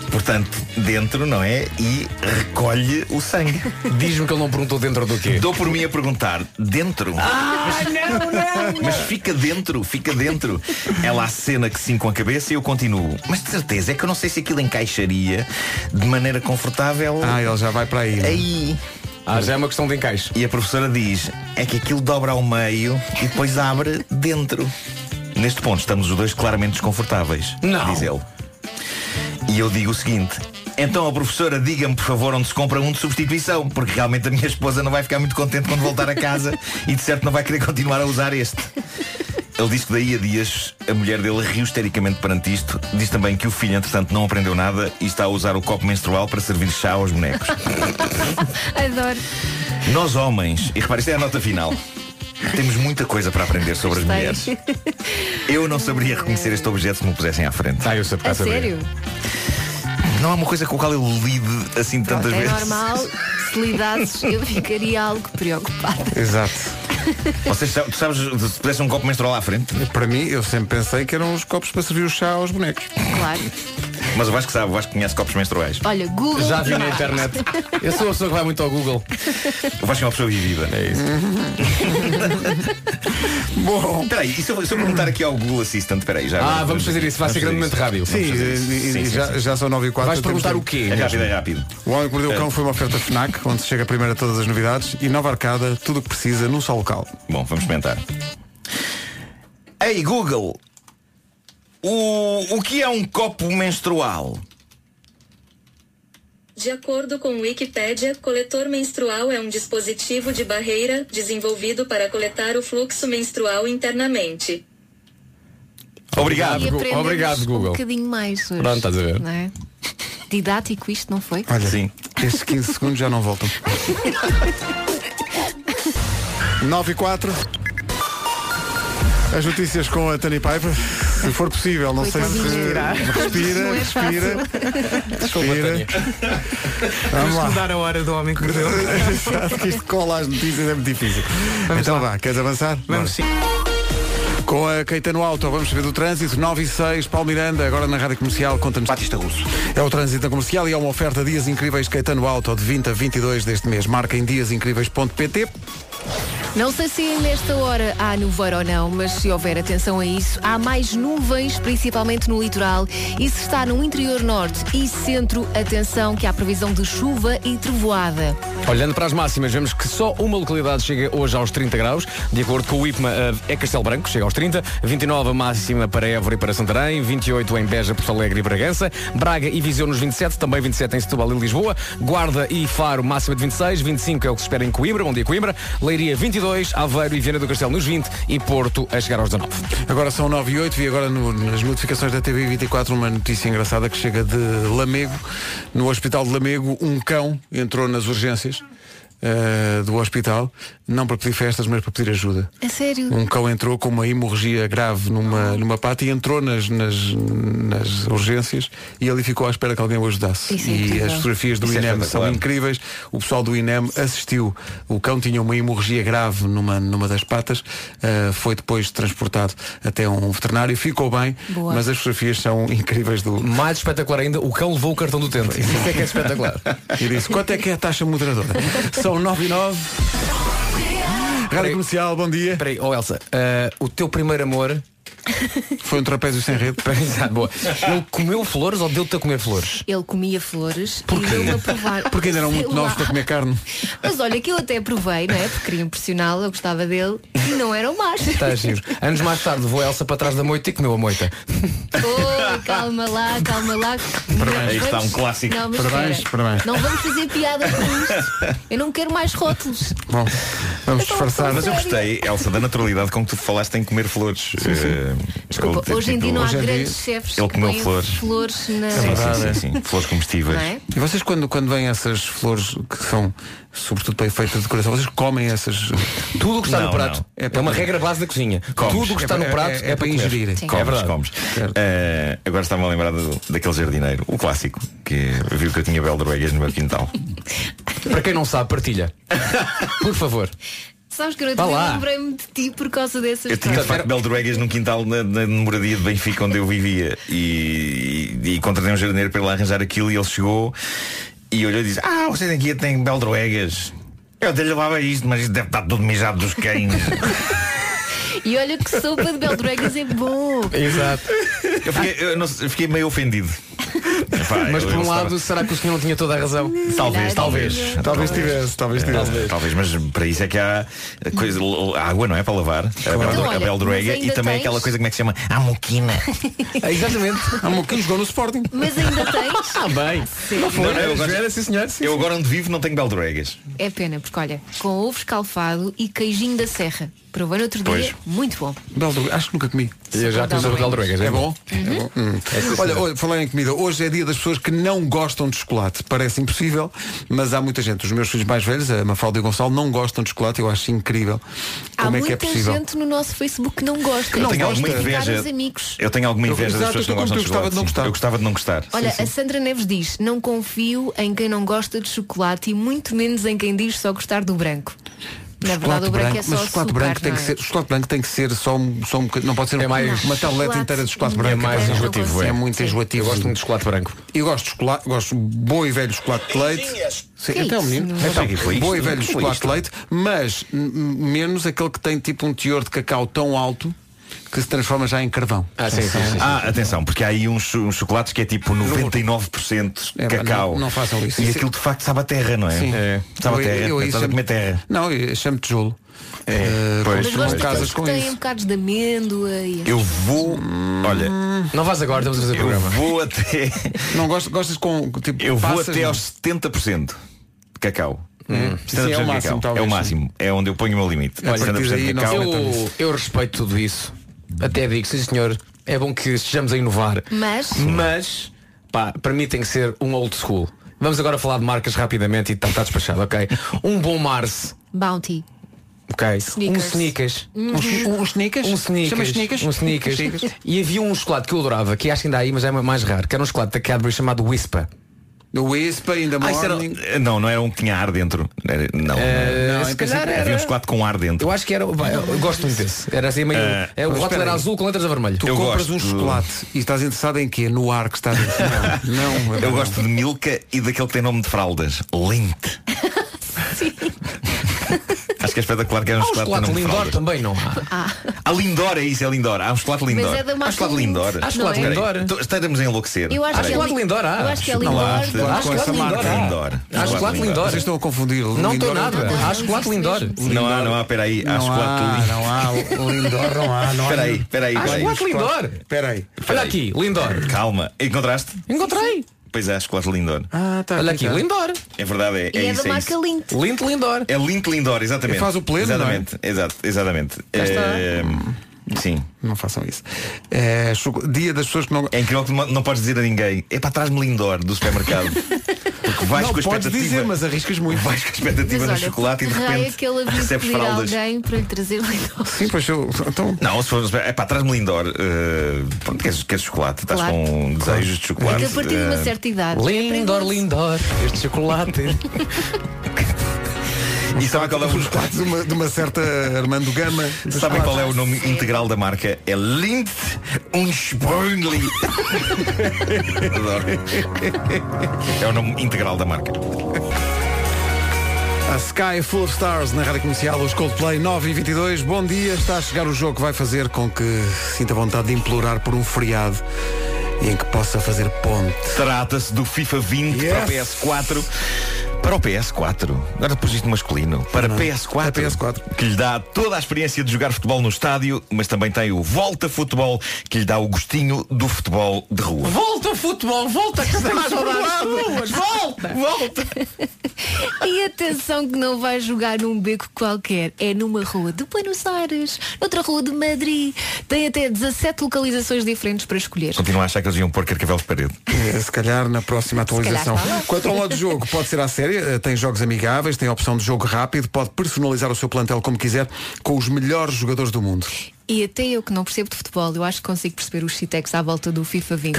portanto, dentro, não é? E recolhe o sangue. Diz-me que ele não perguntou dentro do quê? Dou por mim a perguntar, dentro?
Ah, não, não, não.
Mas fica dentro, fica dentro. Ela acena que sim com a cabeça e eu continuo. Mas de certeza é que eu não sei se aquilo encaixaria de maneira confortável. Ah, ele já vai para aí.
é?
Aí. Ah, já é uma questão de encaixe. E a professora diz, é que aquilo dobra ao meio e depois abre dentro. Neste ponto estamos os dois claramente desconfortáveis. Não. Diz ele. E eu digo o seguinte. Então a professora diga-me por favor onde se compra um de substituição, porque realmente a minha esposa não vai ficar muito contente quando voltar a casa e de certo não vai querer continuar a usar este. Ele disse que daí a dias a mulher dele riu histericamente perante isto. Diz também que o filho, entretanto, não aprendeu nada e está a usar o copo menstrual para servir chá aos bonecos.
Adoro.
Nós homens, e repare, isto é a nota final. Temos muita coisa para aprender sobre as mulheres. Eu não saberia reconhecer este objeto se me o pusessem à frente.
Tá.
Ah, eu
A sério?
Não há uma coisa com a qual eu lide assim tantas
é
vezes.
normal, se lidasses, eu ficaria algo preocupada.
Exato.
Vocês sabem, tu sabes, se pudesse um copo menstrual à frente?
Para mim, eu sempre pensei que eram os copos para servir o chá aos bonecos.
Claro.
Mas o Vasco sabe, o Vasco conhece copos menstruais.
Olha, Google.
Já vi na internet.
Eu sou a pessoa que vai muito ao Google.
O Vasco é uma pessoa vivida. É isso. Bom. Espera aí, e se eu, se eu perguntar aqui ao Google Assistant, espera aí, já.
Ah, vamos fazer isso, um vai ser grandemente rápido.
Sim, e- e- já- já são 9 e quatro, temos tempo.
É rápido, é rápido.
O Homem que Mordeu o Cão foi uma oferta FNAC, onde se chega primeiro a todas as novidades e nova arcada, tudo o que precisa num só local.
Bom, vamos experimentar. Ei, Google! O, o que é um copo menstrual?
De acordo com Wikipédia, coletor menstrual é um dispositivo de barreira desenvolvido para coletar o fluxo menstrual internamente.
Obrigado,
E
Gu-
aprendemos
obrigado, Google.
Um bocadinho mais hoje.
Pronto, estás a ver.
Não é? Didático isto, não foi?
Olha, estes 15 segundos já não voltam. 9 e 4. As notícias com a Tani Paiva, se for possível, não sei se
Coitadinha.
respira,
Não é fácil.
respira, respira. Vamos lá.
mudar a hora do homem que mordeu.
Exato, que isto cola às notícias é muito difícil. então vá, queres avançar? Vamos
sim.
Com a Caetano Alto, vamos saber do trânsito. 9 e 6, Paulo Miranda, agora na Rádio Comercial, conta-nos. Batista Russo. É o trânsito na comercial e é uma oferta Dias Incríveis Caetano Alto, de 20 a 22 deste mês. Marca em diasincríveis.pt.
Não sei se nesta hora há nuveiro ou não, mas se houver atenção a isso, há mais nuvens, principalmente no litoral. E se está no interior norte e centro, atenção que há previsão de chuva e trovoada.
Olhando para as máximas, vemos que só uma localidade chega hoje aos 30 graus. De acordo com o IPMA, eh, é Castelo Branco, chega aos 30. 29 a máxima para Évora e para Santarém. 28 em Beja, Porto Alegre e Bragança. Braga e Viseu nos 27, também 27 em Setúbal e Lisboa. Guarda e Faro, máxima de 26. 25 é o que se espera em Coimbra, bom dia Coimbra. Leiria 22, Aveiro e Viana do Castelo nos 20 e Porto a chegar aos 19.
Agora são 9 e 8 e agora no- nas notificações da TV 24 uma notícia engraçada que chega de Lamego. No hospital de Lamego, um cão entrou nas urgências eh, do hospital, não para pedir festas, mas para pedir ajuda.
É sério?
Um cão entrou com uma hemorragia grave numa, numa pata e entrou nas, nas, nas urgências e ali ficou à espera que alguém o ajudasse.
Isso é
e
incrível.
as fotografias do
Isso é
INEM são
espetacular.
incríveis. O pessoal do INEM assistiu. O cão tinha uma hemorragia grave numa, numa das patas, ah, foi depois transportado até um veterinário, ficou bem,
Boa.
mas as fotografias são incríveis do.
[laughs] Mais espetacular ainda, o cão levou o cartão do tempo. Isso é que é espetacular.
E disse, quanto é que é a taxa moderadora? São 9 e 9. Rádio Comercial, bom dia.
[laughs] Peraí, oh Elsa, eh, o teu primeiro [laughs] amor.
Foi um trapézio sem rede.
Exato, boa. Ele comeu flores ou deu-te a comer flores?
Ele comia flores e deu-me
[laughs]
a provar.
Porque ainda eram muito
Sei
novos
lá.
para
comer carne.
Mas olha, que eu até provei, não é? Porque queria impressioná-lo, eu gostava dele e não eram más.
Está Tá
[laughs]
giro. Anos mais tarde vou a Elsa para trás da moita e comeu a moita.
Oh, calma lá, calma lá.
Parabéns.
Não
Aí está
vamos-
um clássico.
Não, mas
Parabéns,
espera.
parabéns.
Não vamos fazer piada com isto. Eu não quero mais rótulos.
Bom,
Então,
vamos
disfarçar. Mas eu
sério.
gostei, Elsa, da naturalidade com que tu falaste em comer flores. Eh, ele
Desculpa,
ter
hoje em
tido-
dia não há grandes chefes
Ele
que
comeu
põem
flores.
flores na.
Sim, sim, sim, sim. É assim, Flores comestíveis.
Não é?
E vocês quando, quando vêm essas flores que são sobretudo para efeito de decoração, vocês comem essas.
Tudo o que está no prato. É, uma regra base da cozinha.
Comes.
Tudo o que está
É
no
para-
prato
é-
é,
é para
para
ingerir.
comer.
Sim.
Comes,
É verdade.
comes. Eh, agora estava a lembrar do- daquele jardineiro, o clássico, que viu que eu tinha beldroegas no meu quintal.
Para quem não sabe, partilha. Por favor.
Sabes que eu
Vá
não
lá.
lembrei-me de ti por causa dessas
Eu tinha de facto beldroegas num quintal na, na moradia de Benfica onde eu vivia e, e, e contratei um jardineiro para ir lá arranjar aquilo e ele chegou e olhou e disse Ah, vocês aqui têm beldroegas. Eu até lhe levava isto, mas isto deve estar tudo mijado dos
[laughs]
cães.
E olha que sopa de beldroegas é bom.
Exato. Eu fiquei, eu não sei, eu fiquei meio
[laughs]
ofendido. Epá,
Mas
eu-
por
eu
um
estava-
lado, será que o senhor não tinha toda a razão?
Talvez, talvez.
Talvez tivesse, talvez
É,
tivesse.
Talvez, mas para isso é que há coisa, l- água, não é? Para lavar. A,
Então,
beldro,
olha,
a beldroega
mas
e
ainda
também
tens-
aquela coisa como é que se chama? A moquina.
Exatamente.
[laughs] Há um bocadinho jogou no Sporting.
Mas ainda tens.
[laughs]
Ah, bem.
Sim. Não foi,
eu,
era
gosto- eu agora onde vivo não tenho beldroegas.
É pena, porque olha, com ovo escalfado e queijinho da serra. Provei no outro dia, muito bom.
Beldro- acho que nunca comi.
Eu já comi sobre beldroegas, é
É bom?
Uhum.
É bom? Hum.
sim,
Olha,
senhora.
hoje, falar em comida, hoje é dia das pessoas que não gostam de chocolate. Parece impossível, mas há muita gente. Os meus filhos mais velhos, a Mafalda e o Gonçalo, não gostam de chocolate. Eu acho incrível.
Há
Como é
muita
que é possível?
gente no nosso Facebook que não gosta.
Eu tenho
gosta
alguma
de ficar
inveja.
nos amigos.
Eu tenho alguma
Eu-
inveja das
exato,
pessoas que
eu
não
como tu,
gostam
eu gostava de não
chocolate, sim.
gostar.
Eu gostava de não gostar.
Olha, a Sandra Neves diz, não confio em quem não gosta de chocolate e muito menos em quem diz só gostar do branco. Na verdade o branco, é só
mas chocolate
açúcar,
branco tem
não
que
é?
ser, chocolate branco tem que ser só um, só um bocadinho, não pode ser uma tableta
Chocolate
inteira de chocolate branco.
branco. É mais enjoativo, é.
é muito enjoativo.
Eu gosto muito de chocolate branco.
Eu gosto de chocolate, gosto de bom e velho chocolate de leite. Sim,
Que
então,
isso?
menino,
Não
então,
sei o que foi
bom
isto,
e
o
velho
que foi
chocolate
isto?
de leite, mas n- n- menos aquele que tem tipo um teor de cacau tão alto que se transforma já em carvão.
Ah, atenção, porque há aí uns, cho- uns chocolates que é tipo 99%
É, pá,
cacau.
não- não façam isso.
E
Isso-
aquilo de facto sabe a terra, não é?
Sim.
É. Sabe a
Eu-
terra.
eu aí
Estás a
chamo-
comer terra.
Não, eu chamo tijolo. Eh,
É.
Mas
Pois,
gosto
pois.
daqueles que têm bocados de amêndoa e
Eu vou.
Hum.
Olha.
Não vais agora, estamos a fazer
eu
programa.
Vou até.
Não gostas, gostas com tipo.
Eu vou
passas,
até
não?
aos 70% de cacau.
Hum.
70%
Sim, é o
de
máximo,
cacau. é
talvez,
o
sim.
máximo. É onde eu ponho o meu limite.
Olha,
70% de cacau.
eu, eu respeito tudo isso. Até digo, sim senhor, é bom que estejamos a inovar.
Mas-
Mas, pá, para mim tem que ser um old school. Vamos agora falar de marcas rapidamente e está tá despachado, ok? Um bom Mars,
Bounty.
ok?
Snickers.
Um Sneakers.
Uhum. Um- um Snickers?
Um
Chama
Sneakers.
Sneakers?
Um Sneakers.
Sneakers.
E havia um chocolate que eu adorava, que acho que ainda há aí, mas é mais raro, que era um chocolate da Cadbury chamado Whisper.
The Whisper in the
Ah,
Morning.
isso era- não, não era um que tinha ar dentro. Era- Não,
Eh,
não.
se
então,
calhar
havia
era-
um chocolate com ar dentro.
Eu acho que era. bem, eu gosto muito desse. Era assim meio.
Eh,
é, o
mas
rótulo
espera
era
aí.
azul com letras vermelhas.
Tu compras um chocolate e estás interessado em quê? No ar que está dentro. Não, não.
Eu gosto de Milka e daquele que tem nome de fraldas.
[laughs]
Lint. Acho que é espetacular que era um
Há um
chocolate, com nome
chocolate
de
lindor
fraldas.
também, não há?
Há Lindor, é isso, é Lindor. Há um chocolate
Mas
Lindor.
é da marca
há chocolate
Lindt,
Lindor.
Há chocolate não é? Lindor.
Então, Estaremos a enlouquecer.
Eu acho
Espera
que é
aí.
Chocolate Lindor, há. eu acho que é Lindor,
Chocolate,
há. Há
com essa
é
chocolate
marca.
Lindor, há.
Lindor.
Há chocolate Lindor. Vocês estão a confundir.
Ah,
Não estou
Lindor é outra
nada.
coisa.
Há chocolate lindor.
Não há, não há, peraí. Há
Não
chocolate
há,
Lindor.
não há. O Lindor não há. Não há.
Espera aí, espera
Ah,
aí.
Há
é
espera aí.
chocolate Lindor? Espera aí.
Olha aqui, Lindor. Calma. Encontraste?
Encontrei.
Pois é, chocolate Lindor.
Ah, tá.
Olha
aqui, tá.
Lindor.
É verdade, é,
E é
isso.
da marca
isso.
Lint.
Lint Lindor.
É Lint Lindor, exatamente.
E faz o pleno, não é? Tá.
Exatamente, exato, exatamente.
Cá está.
É.
Ehm, Sim.
Não façam isso. É, choco- Dia das pessoas que não.
É incrível que não, não podes dizer a ninguém. É para trás-me Lindor
[laughs]
do supermercado. Porque vais
Não,
com a
podes
expectativa.
dizer, mas arriscas muito.
Vais com a expectativa no chocolate e de
raio
repente
é que ele havia de
recebes
pedir a
fraldas.
alguém para lhe trazer um Lindor.
Sim, pois eu. Então...
Não, se for, é para trás-me Lindor. eh, pronto, queres, queres chocolate? Estás
Claro.
com desejos de chocolate.
Porque a partir de uma
eh,
certa idade.
Lindor, Lindor. Este chocolate.
E sabem qual é o
de uma, de uma certa Armando Gama.
Sabem qual é o nome integral da marca? É Lindt Unsprüngli. [laughs] Adoro. É o nome integral da marca.
A Sky Full of Stars na Rádio Comercial, os Coldplay 9 e 22. Bom dia, está a chegar o jogo que vai fazer com que sinta vontade de implorar por um feriado em que possa fazer ponte.
Trata-se do FIFA 20
Yes.
para o PS4. Para o PS4. Agora pus isto masculino. Para
Não, É
PS4,
para PS4.
Que lhe dá toda a experiência de jogar futebol no estádio, mas também tem o Volta Futebol, que lhe dá o gostinho do futebol de rua.
Volta ao futebol, volta que está mais rodadas ruas, volta!
Volta!
E atenção que não vai jogar num beco qualquer, é numa rua de Buenos Aires, noutra rua de Madrid. Tem até 17 localizações diferentes para escolher.
Continuo a achar que eles iam pôr carcavel de parede.
É, Se calhar na próxima atualização.
calhar está lá.
Quanto ao modo de jogo, pode ser à série, eh, tem jogos amigáveis, tem a opção de jogo rápido, pode personalizar o seu plantel como quiser, com os melhores jogadores do mundo.
E até eu que não percebo de futebol, eu acho que consigo perceber os citex à volta do FIFA 20.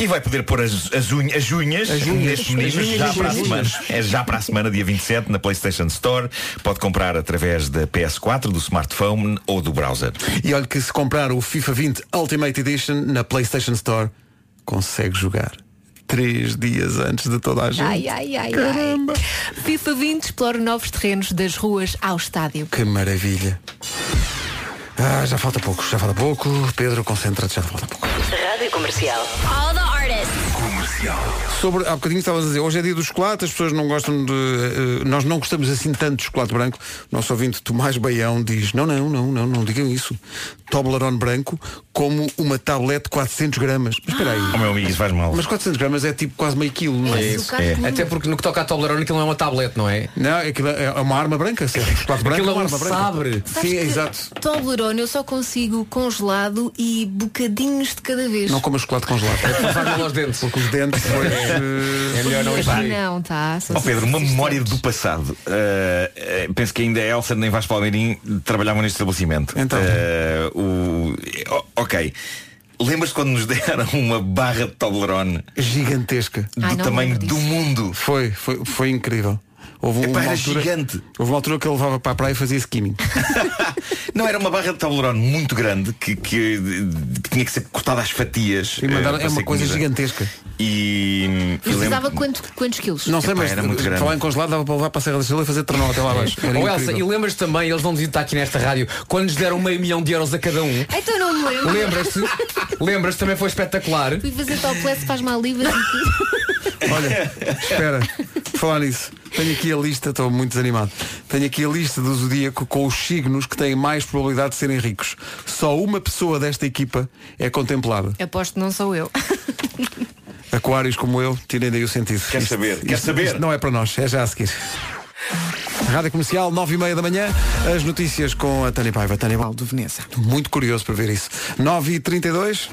E vai poder pôr as, as, unhas, as unhas
As unhas.
nestes meninos
As unhas
já
nas
para a
unhas.
semana. É já para a semana, dia 27, na PlayStation Store. Pode comprar através da PS4, do smartphone ou do browser.
E olha que se comprar o FIFA 20 Ultimate Edition na PlayStation Store, consegue jogar três dias antes de toda a gente.
Ai, ai, ai,
Caramba.
ai. FIFA 20 explora novos terrenos das ruas ao estádio.
Que maravilha. Ah, já falta pouco, já falta pouco. Pedro, concentra-te, já falta pouco.
Rádio Comercial. All the artists.
Sobre, há bocadinho estavas a dizer, hoje é dia do chocolate, as pessoas não gostam de. eh, nós não gostamos assim tanto de chocolate branco. O Nosso ouvinte Tomás Baião diz, não, não, não, não, não digam isso. Toblerone branco como uma tablete de 400 gramas. Mas espera aí.
O Oh, meu amigo, isso faz mal.
Mas 400 gramas é tipo quase meio quilo, não é?
isso. Até porque no que toca à Toblerone aquilo não é uma tablete, não é?
Não, aquilo é é uma arma branca, certo? Chocolate branco
Aquilo
é uma
é um
arma
sabre.
branca. Sim, é exato.
Toblerone eu só consigo congelado e bocadinhos de cada vez.
Não comas chocolate congelado.
[laughs] Faz mal aos dentes.
Porque os dentes depois,
[laughs]
eh,
É melhor não
Mas
ir.
não, tá? são
Ó Pedro, uma
subsistentes.
memória do passado. Uh, uh, penso que ainda a Elsa nem Vasco Palmeirim trabalhavam neste estabelecimento.
Então.
Uh, o- o- ok. Lembras quando nos [laughs] deram uma barra de Toblerone
gigantesca.
do tamanho do mundo?
Foi, foi, foi incrível. Houve
Epá,
uma
era
altura,
gigante.
Houve uma altura que ele levava para a praia e fazia skimming.
Não, era uma barra de Toblerone muito grande que, que, que tinha que ser cortada às fatias.
E mandaram-
uh,
é
para
uma
ser
coisa
comida.
gigantesca.
E, e
Mas
lembro-
precisava quanto, quantos quilos?
Não sei,
Epá,
mas eh,
era muito grande. é
falar em congelado dava para levar para a Serra da Estrela e fazer trenó até lá
[laughs]
abaixo. [laughs] Era
Ou Elsa,
incrível.
assim, um-
e lembras também, eles vão dizer estar aqui nesta rádio, quando nos deram meio milhão de euros a cada um,
Então não me lembro.
lembras-te? Lembras-te também foi espetacular.
Fui fazer topless, faz mal livre.
[laughs]
Olha, espera, por falar nisso. Tenho aqui a lista, estou muito desanimado. Tenho aqui a lista do Zodíaco com os signos que têm mais probabilidade de serem ricos. Só uma pessoa desta equipa é contemplada.
[laughs] Aposto que não sou eu.
Aquários como eu, tirem daí o sentido.
Quer saber? Quer
isto-
saber?
isto não é para nós, é já a seguir. Rádio Comercial, 9 e meia da manhã, as notícias com a Tânia Paiva. Tânia Paiva, de Veneza. Muito curioso para ver isso. 9 e 32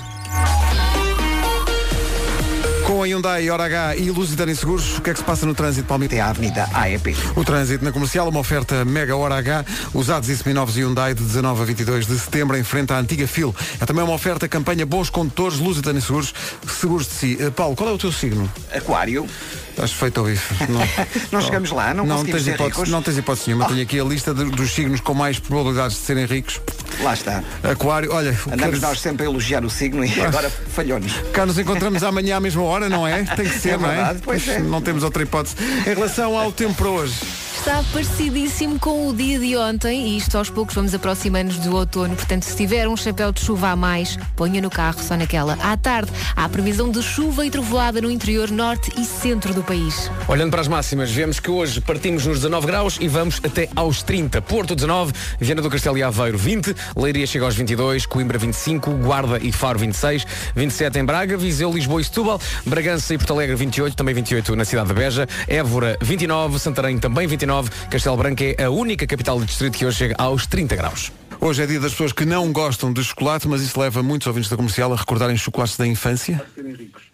Com a Hyundai, Hora H e Lusitânia Seguros, o que é que se passa no trânsito, Palmeiras? Tem
É a Avenida AEP.
O trânsito na comercial, uma oferta Mega Hora H, usados e seminovos Hyundai de 19 a 22 de setembro, em frente à antiga FIL. É também uma oferta campanha Bons Condutores, Lusitânia Seguros, Seguros de Si. Eh, Paulo, qual é o teu signo?
Aquário.
Estás feito ao bife. Não,
[laughs] Não chegamos lá, não conseguimos
tens
ser
hipótese,
ricos. Ah.
Não tens hipótese nenhuma. Tenho aqui a lista de- dos signos com mais probabilidades de serem ricos.
Lá está.
Aquário, olha...
Andamos nós sempre a elogiar o signo e
Ah.
agora falhou-nos.
Cá nos encontramos amanhã à mesma hora, não é? Tem que ser,
É
não
verdade,
é?
pois é.
Não temos outra hipótese. Em relação ao tempo para hoje,
Está parecidíssimo com o dia de ontem e isto aos poucos vamos aproximando-nos do outono. Portanto, se tiver um chapéu de chuva a mais, ponha no carro só naquela. À tarde, há previsão de chuva e trovoada no interior norte e centro do país.
Olhando para as máximas, vemos que hoje partimos nos 19 graus e vamos até aos 30. Porto 19, Viana do Castelo e Aveiro 20, Leiria chega aos 22, Coimbra 25, Guarda e Faro 26, 27 em Braga, Viseu, Lisboa e Setúbal, Bragança e Porto Alegre 28, também 28 na cidade de Beja, Évora 29, Santarém também 29, Castelo Branco é a única capital do distrito que hoje chega aos 30 graus.
hoje é dia das pessoas que não gostam de chocolate, mas isso leva muitos ouvintes da comercial a recordarem chocolates da infância.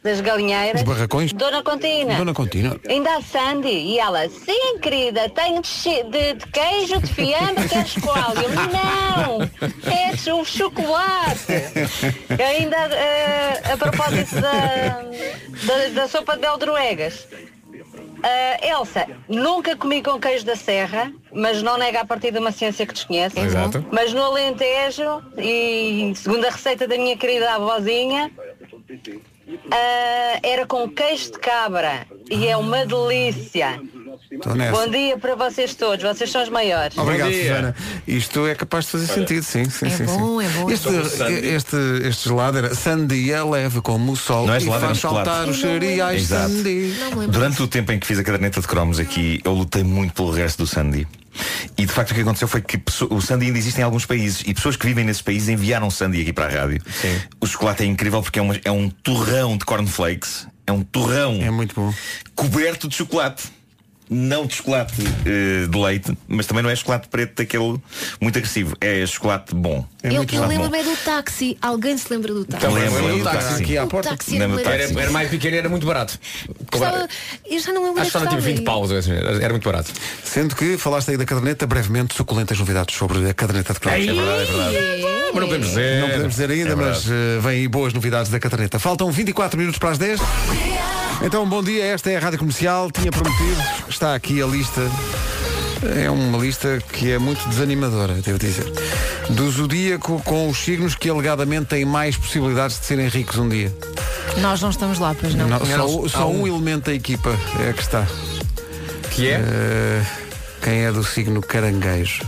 Das
Dos
galinheiras.
barracões?
Dona Contina.
Dona Contina.
Ainda a Sandy. E ela, sim, querida, tenho de, chi- de- de queijo, de fiambre, queres qual? Eu, não, é de um chocolate. Ainda eh, a propósito da, da, da sopa de beldroegas. Ah, Elsa, nunca comi com queijo da serra, mas não nega a partir de uma ciência que desconhece.
Exato.
Mas no Alentejo, e segundo a receita da minha querida avózinha, ah, era com queijo de cabra e é uma delícia.
Estou nessa.
Bom dia para vocês todos, vocês são os maiores.
Obrigado, Susana. Isto é capaz de fazer sentido, sim. sim,
É
sim,
bom,
sim.
é bom.
Este,
Sobre sandia.
este, este gelado era sandia leve como o sol
Não é
e
gelado, era
faz
chocolate.
saltar os
Eu não lembro.
cereais
Exato.
sandia.
Durante o tempo em que fiz a caderneta de cromos aqui, eu lutei muito pelo regresso do Sandy. E de facto o que aconteceu foi que pesso- o Sandy ainda existe em alguns países e pessoas que vivem nesses países enviaram Sandy aqui para a rádio. O chocolate é incrível porque é, uma- é um torrão de cornflakes. É um torrão. É
muito bom.
Coberto de chocolate. Não de chocolate eh, de leite, mas também não é chocolate preto daquele muito agressivo. É chocolate bom.
eu
muito
eu
chocolate bom.
lembro-me é do táxi. Alguém se lembra do táxi?
Também
Lembro.
lembro
O
do táxi.
táxi.
Aqui à
O
porta.
é
táxi
Lembro do
era
táxi.
Era, era mais pequeno, era muito barato.
Custava- Eu já não lembro
Acho que estava tipo 20 paus, era muito barato.
Sendo que falaste aí da caderneta, brevemente, suculentas novidades sobre a caderneta de cromos.
É verdade, é verdade. Mas não podemos dizer.
Não podemos dizer ainda,
É verdade.
mas eh, vêm aí boas novidades da caderneta. Faltam 24 minutos para as 10. Então, bom dia, esta é a Rádio Comercial, tinha prometido, está aqui a lista. É uma lista que é muito desanimadora, devo dizer. Do zodíaco com os signos que alegadamente têm mais possibilidades de serem ricos um dia.
Nós não estamos lá, pois não.
Não, só só um elemento da equipa é que está.
Que é?
quem é do signo caranguejo?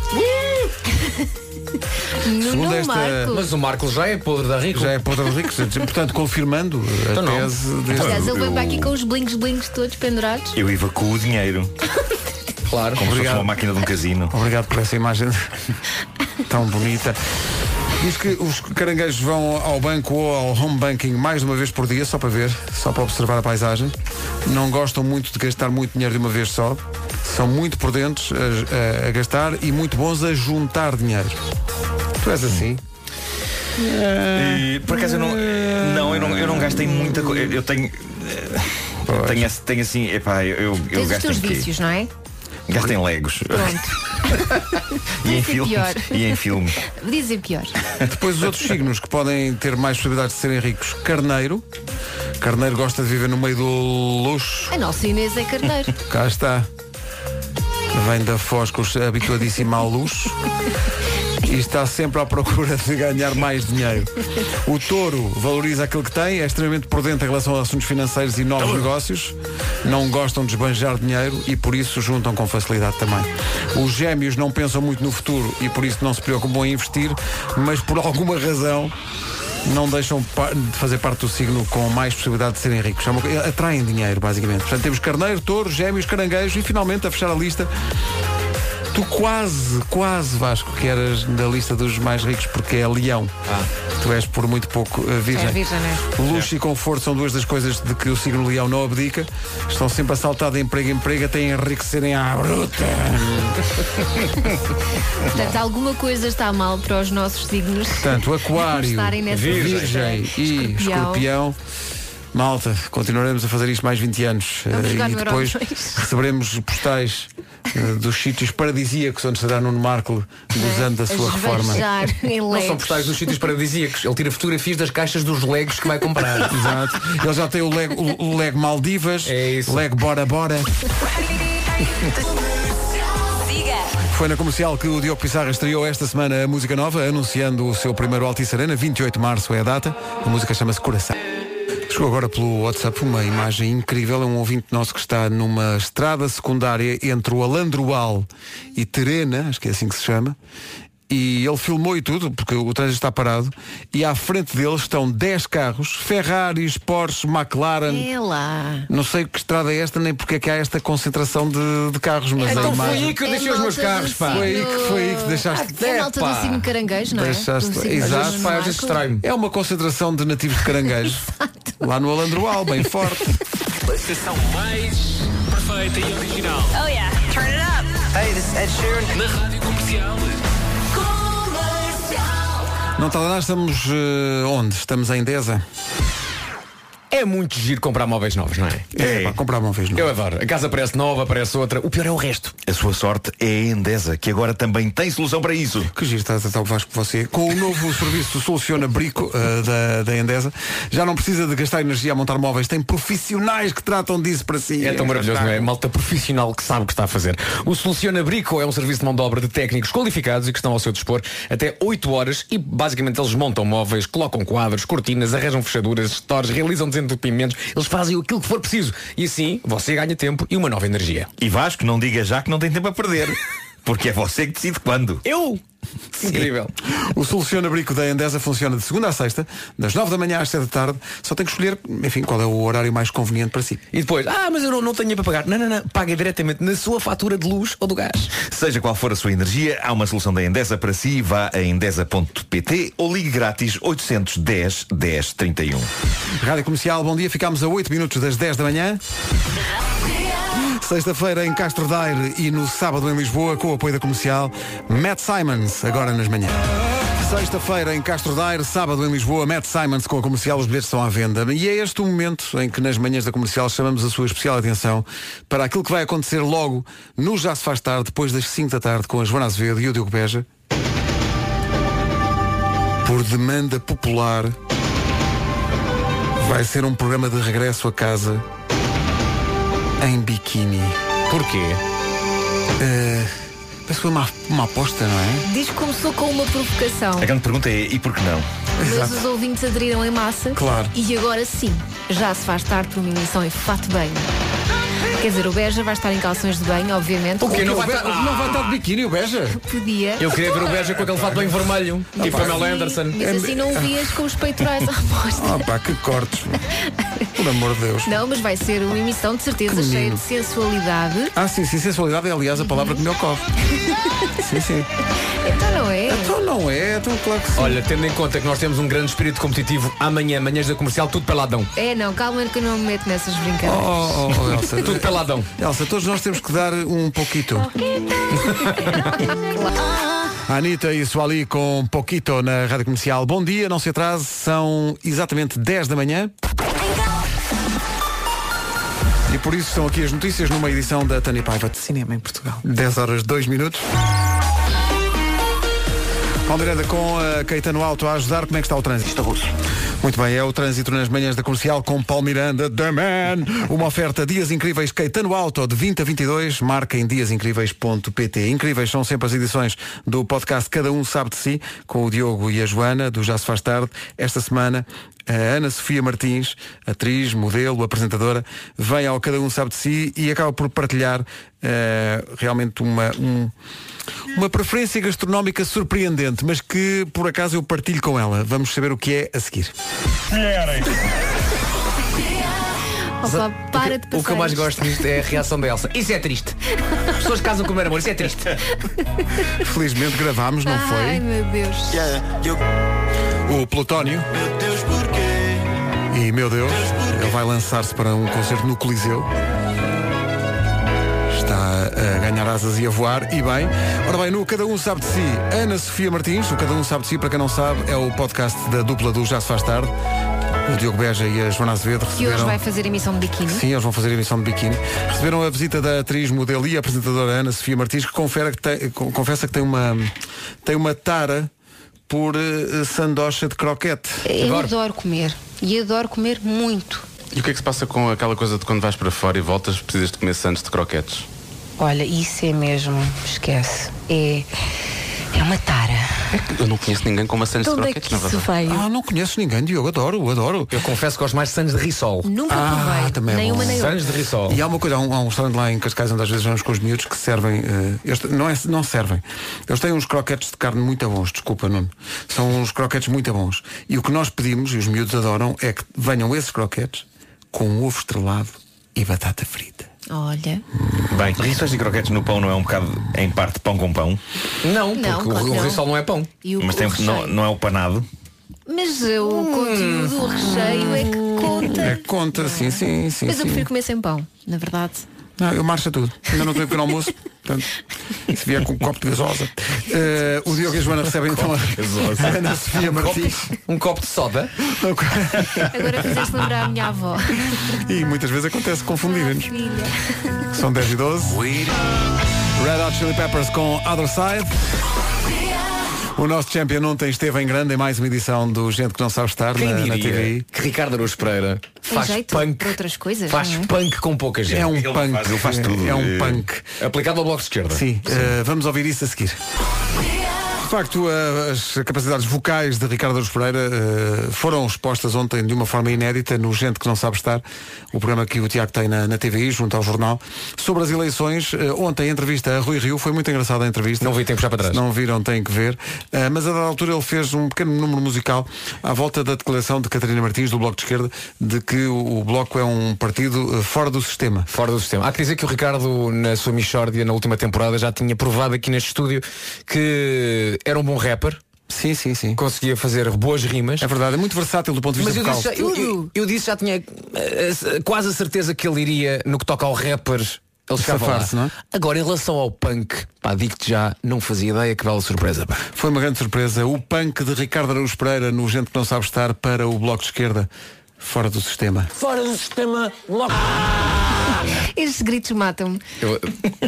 Um
Nuno Marco.
Mas o Marco já é podre da rico.
Já é podre da rico. [laughs] Portanto, confirmando a
Então não.
tese deste-
Aliás, ele veio para aqui com os blings-blings todos pendurados.
Eu evacuo o dinheiro.
Claro.
Como se fosse
Obrigado.
uma máquina de um casino.
Obrigado por essa imagem tão bonita. Diz que os caranguejos vão ao banco ou ao home banking mais de uma vez por dia, só para ver, só para observar a paisagem. Não gostam muito de gastar muito dinheiro de uma vez só. São muito prudentes a, a- a gastar e muito bons a juntar dinheiro. Tu és assim?
E, por acaso eu não, não, eu não, eu não gastei muita coisa. Eu tenho. Eu tenho, esse- tenho assim, epá, eu, eu, eu
Tens os
gasto
teus
em quê? [laughs]
vícios, não é?
Gasto em Legos. e, em
Isso é
filmes,
pior.
e em filmes.
Dizem pior.
Depois os outros signos que podem ter mais possibilidades de serem ricos. Carneiro. Carneiro gosta de viver no meio do luxo.
A nossa Inês é carneiro.
Cá está. Vem da Foz com os- habituadíssima ao luxo e está sempre à procura de ganhar mais dinheiro. O touro valoriza aquilo que tem, é extremamente prudente em relação a assuntos financeiros e novos negócios, não gostam de esbanjar dinheiro e por isso juntam com facilidade também. Os gêmeos não pensam muito no futuro e por isso não se preocupam em investir, mas por alguma razão não deixam pa- de fazer parte do signo com mais possibilidade de serem ricos. É uma co- Atraem dinheiro, basicamente. Portanto, temos carneiro, touro, gêmeos, caranguejo e finalmente, a fechar a lista, tu quase, quase, Vasco, que eras da lista dos mais ricos porque é leão. Tu és por muito pouco uh, virgem.
É virgem, não
Luxo e conforto são duas das coisas de que o signo leão não abdica. Estão sempre a saltar de emprego em emprego até enriquecerem à bruta.
Portanto, alguma coisa está mal para os nossos signos.
Portanto,
Não
aquário,
estarem nessa
virgem,
lista.
e escorpião. Malta, continuaremos a fazer isto mais 20 anos.
Vamos
Eh,
jogar
e
no
depois
Euromilhões.
receberemos postais eh, dos sítios paradisíacos onde estará Nuno Marco
eh,
dos anos da sua reforma.
[laughs] Não são portais dos sítios paradisíacos. Ele tira fotografias das caixas dos legos que vai comprar.
Exato. Ele já tem o Lego, o- o Lego Maldivas, Lego Bora Bora.
Siga.
Foi na comercial que o Diogo Pissarra estreou esta semana a música nova, anunciando o seu primeiro Altice Arena. 28 de março é a data. A música chama-se Coração. Chegou agora pelo WhatsApp uma imagem incrível. É um ouvinte nosso que está numa estrada secundária entre o Alandroal e Terena, acho que é assim que se chama. E ele filmou e tudo, porque o trânsito está parado. E à frente dele estão 10 carros, Ferraris, Porsche, McLaren.
É lá.
Não sei que estrada é esta, nem porque é que há esta concentração de, de carros, mas a
Então foi
imagem...
aí que eu deixei os meus carros, pá.
Foi aí que, foi aí que deixaste.
É a malta do signo caranguejo, não é? Do signo
Exato.
Ah,
do
Pá, às
Marco.
vezes distraio-me. É uma concentração de nativos de caranguejo. lá no Alandroal, bem forte.
Estação mais perfeita e original.
Oh yeah, turn it up. Hey, this is Ed Sheeran.
Na rádio comercial.
Não está lá, estamos eh, onde? Estamos em Deza.
É muito giro comprar móveis novos, não é?
É, pá, comprar móveis novos.
Eu adoro. A casa parece nova, parece outra. O pior é o resto.
A sua sorte é a Endesa, que agora também tem solução para isso.
Que giro está a tratar o Vasco por você. Com o novo [laughs] serviço Soluciona Brico eh, da, da Endesa, já não precisa de gastar energia a montar móveis. Tem profissionais que tratam disso para si.
É tão maravilhoso, não é? Malta profissional que sabe o que está a fazer. O Soluciona Brico é um serviço de mão de obra de técnicos qualificados e que estão ao seu dispor até 8 horas e basicamente eles montam móveis, colocam quadros, cortinas, arranjam fechaduras, stores, realizam desentupimentos, eles fazem aquilo que for preciso. E assim você ganha tempo e uma nova energia.
E Vasco, não diga já que não tem tempo a perder. Porque é você que decide quando.
Eu? Incrível.
O Soluciona Brico da Endesa funciona de segunda a sexta, das nove da manhã às sete da tarde. Só tem que escolher, enfim, qual é o horário mais conveniente para si.
E depois, ah, mas eu não, não tenho para pagar. Não, não, não. Paga diretamente na sua fatura de luz ou do gás.
Seja qual for a sua energia, há uma solução da Endesa para si. Vá a endesa.pt ou ligue grátis 810 10 31.
Rádio Comercial, bom dia. Ficámos a 8 minutos das 10 da manhã. Sexta-feira em Castro Daire e no sábado em Lisboa, com o apoio da comercial Matt Simons, agora nas manhãs. Sexta-feira em Castro Daire, sábado em Lisboa, Matt Simons com a comercial, os bilhetes estão à venda. E é este o momento em que nas manhãs da comercial chamamos a sua especial atenção para aquilo que vai acontecer logo no Já Se Faz Tarde, depois das 5 da tarde, com a Joana Azevedo e o Diogo Beja. Por demanda popular, vai ser um programa de regresso a casa em biquíni.
Porquê?
parece que foi uma, uma aposta, não é?
Diz que começou com uma provocação.
A grande pergunta é, e por que não?
Mas os ouvintes aderiram em massa.
Claro.
E agora sim, já se faz tarde por uma emissão em fato bem. Quer dizer, o Beja vai estar em calções de banho, obviamente.
O quê? Não vai
Be-
estar-
Não vai estar de biquíni o Beja?
Podia.
Eu queria ver o Beja com aquele fato bem vermelho. Tipo
pá.
Pamela Anderson. É-
Mas assim não o vias com os peitorais
[laughs]
à mostra.
Oh pá, que cortes. Por amor de Deus.
Não, mas vai ser uma emissão de certeza
Que
cheia
menino.
de sensualidade.
Ah, sim, sim, sensualidade é aliás a palavra que me [laughs] ocorre. Sim, sim.
Então não é?
Então não é, então claro que sim.
Olha, tendo em conta que nós temos um grande espírito competitivo amanhã, manhãs da comercial, tudo peladão.
É, não, calma que eu não me meto nessas
Oh,
brincadeiras.
oh, oh, [laughs] Elsa.
Tudo
[laughs]
peladão.
Elsa, todos nós temos que dar um pouquito. Anitta e Suali com Poquito na Rádio Comercial. Bom dia, não se atrase, são exatamente 10 da manhã. E por isso estão aqui as notícias numa edição da Tânia Paiva de Cinema em Portugal. 10 horas 2 minutos. Paulo Miranda com a Caetano Alto a ajudar. Como é que está o trânsito? russo. Muito bem, é o trânsito nas manhãs da comercial com Paulo Miranda, The Man. Uma oferta Dias Incríveis Caetano Alto de 20 a 22. Marca em diasincríveis.pt. Incríveis são sempre as edições do podcast Cada Um Sabe de Si, com o Diogo e a Joana, do Já Se Faz Tarde. Esta semana, a Ana Sofia Martins, atriz, modelo, apresentadora, vem ao Cada Um Sabe de Si e acaba por partilhar eh, realmente uma, um- uma preferência gastronómica surpreendente, mas que por acaso eu partilho com ela. Vamos saber o que é a seguir.
Opa, para de passar.
O que eu mais gosto disto é a reação da Elsa. Isso é triste. As pessoas casam com o meu amor, isso é triste.
Felizmente gravámos, não
Ai,
foi?
meu Deus.
O Plutónio. E meu Deus, ele vai lançar-se para um concerto no Coliseu. Está a ganhar asas e a voar, e bem. Ora bem, no Cada Um Sabe de Si, Ana Sofia Martins, o Cada Um Sabe de Si, para quem não sabe, é o podcast da dupla do Já Se Faz Tarde. O Diogo Beja e a Joana Azevedo
Que hoje
receberam...
vai fazer emissão de biquíni.
Sim, eles vão fazer a emissão de biquíni. Receberam a visita da atriz, modelo e apresentadora Ana Sofia Martins, que, confere que tem- con- confessa que tem uma, tem uma tara por eh, sandocha de croquete.
Eu adoro comer. E adoro comer muito.
E o que é que se passa com aquela coisa de quando vais para fora e voltas, precisas de comer sandes de croquetes?
Olha, isso é mesmo, esquece. É, é uma tara.
Eu não conheço ninguém com uma sandes de
Onde é
croquetes,
que
na verdade.
veio?
Ah, não conheço ninguém, Diogo, adoro, adoro.
Eu confesso que gosto mais de sandes de risol.
Nunca
ah, também é
nem
bom.
uma nem outra.
Sandes de risol.
E há uma coisa, há um, há um restaurante lá em Cascais onde às vezes vamos com os miúdos que servem, eh, eles te- não, é, não servem. Eles têm uns croquetes de carne muito bons, desculpa Nuno. São uns croquetes muito bons. E o que nós pedimos, e os miúdos adoram, é que venham esses croquetes com ovo estrelado e batata frita.
Olha.
Bem, rissóis e croquetes no pão não é um bocado, em parte, pão com pão?
Não,
Não, porque o- claro que o não. rissol
não é pão.
E o-
Mas tem,
o
não,
recheio.
não é o panado?
Mas eh, o conteúdo, o recheio é que conta.
É, conta, sim, sim, sim.
Mas eu
sim.
prefiro comer sem pão, na verdade.
Não, eu marcho a tudo. Ainda não tenho pequeno almoço. Portanto, se vier com um copo de gasosa. Eh, o Diogo e a Joana recebem então a Ana Sofia Martins.
Um copo de soda.
Agora fizeste lembrar a minha avó.
E muitas vezes acontece confundirem-nos.
Filha.
São 10 e 12. Red Hot Chili Peppers com Other Side. O nosso champion ontem esteve em grande em mais uma edição do Gente que Não Sabe Estar
Quem
na, na
diria
TVI.
que Ricardo Araújo Pereira
Tem
faz
jeito
punk,
para outras coisas.
faz
não é?
punk com pouca gente.
É um punk. É um punk.
Aplicado ao bloco de esquerda.
Sim, eh, vamos ouvir isso a seguir. De facto, eh, as capacidades vocais de Ricardo Aruz Pereira eh, foram expostas ontem de uma forma inédita no Gente que não sabe estar, o programa que o Tiago tem na, na TVI, junto ao jornal. Sobre as eleições, eh, ontem a entrevista a Rui Rio, foi muito engraçada a entrevista. Não vi, tem que puxar para trás. Se não viram, tem que ver. Eh, mas a dada altura ele fez um pequeno número musical à volta da declaração de Catarina Martins, do Bloco de Esquerda, de que o, o Bloco é um partido eh, fora do sistema.
Fora do sistema. Há que dizer que o Ricardo, na sua Michórdia, na última temporada, já tinha provado aqui neste estúdio que era um bom rapper.
Sim, sim, sim.
Conseguia fazer boas rimas. É
verdade, é muito versátil do ponto de vista
Mas
vocal.
eu disse, já, eu, eu- eu disse já tinha eh, eh, quase a certeza que ele iria, no que toca ao rapper, ele chegava lá.
Safar-se, não é?
Agora, em relação ao punk, pá, digo-te já, não fazia ideia que bela surpresa. pá.
Foi uma grande surpresa. O punk de Ricardo Araújo Pereira no Gente que Não Sabe Estar para o Bloco de Esquerda. Fora do sistema.
Fora do sistema logo.
Estes gritos matam-me.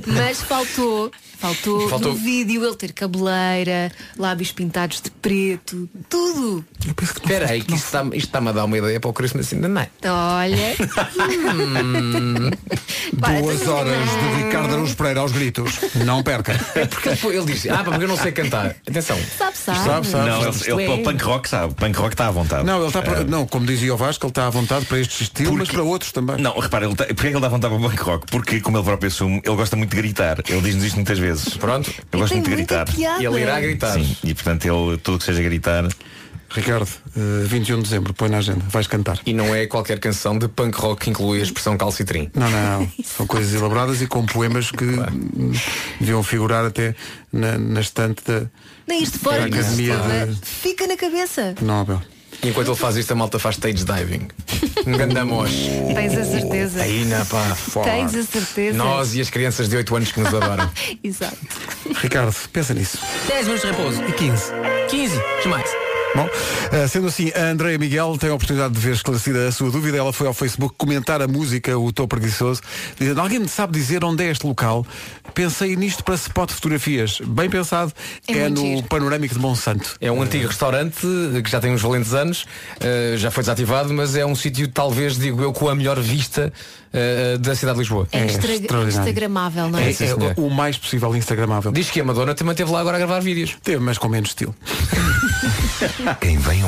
Mas faltou, faltou,
Faltou.
no vídeo ele ter cabeleira, lábios pintados de preto, tudo.
Espera aí, que isto está- isto está-me a dar uma ideia para o Christmas in the Night.
Olha. Para,
Duas
tenho
horas de Ricardo Araújo Pereira aos gritos. [laughs] Não perca.
É porque ele, foi- ele disse, ah, pá, porque eu não sei cantar. Atenção.
Sabe, sabe.
Não, ele,
é?
ele, para o punk rock sabe. Punk rock está à vontade.
Não, ele está
Eh,
para- não, como dizia o Vasco, ele está à vontade para estes estilos, mas para outros também.
Não, repara, ele tá, porque é que ele dá vontade para o punk rock? Porque, como ele próprio assume, ele gosta muito de gritar. Ele diz-nos isto muitas vezes.
Pronto.
Eu gosto
tem
muito de
muita
gritar.
piada. E ele irá gritar.
Sim, e portanto, ele, tudo que seja gritar.
Ricardo, eh, 21 de dezembro, põe na agenda, vais cantar.
E não é qualquer canção de punk rock que inclui a expressão calcitrim.
Não, não, [laughs] não. São coisas elaboradas e com poemas que hum, deviam figurar até na, na estante da
Nem isto fora,
da Academia de
Fica na cabeça.
Nobel.
Enquanto ele faz isto, a malta faz stage diving. Um grande moche.
Tens a certeza.
Aí na pá, fora.
Tens a certeza.
Nós e as crianças de 8 anos que nos adoram.
[laughs] Exato.
Ricardo, pensa nisso.
10 minutos de repouso.
E 15.
15, jamais.
Bom, eh, sendo assim, a Andrea Miguel tem a oportunidade de ver esclarecida a sua dúvida. Ela foi ao Facebook comentar a música O Tô Preguiçoso, dizendo, alguém me sabe dizer onde é este local? Pensei nisto para spot de fotografias. Bem pensado,
É
é,
muito
no
giro.
Panorâmico de Monsanto.
[laughs] É um antigo restaurante eh, que já tem uns valentes anos, eh, já foi desativado, mas é um sítio, talvez, digo eu, com a melhor vista eh, da cidade de Lisboa.
É, extra- instagramável, não
É,
é?
é o o mais possível instagramável.
Diz que a Madonna também esteve lá agora a gravar vídeos.
Teve, mas com menos estilo.
Quem vem ao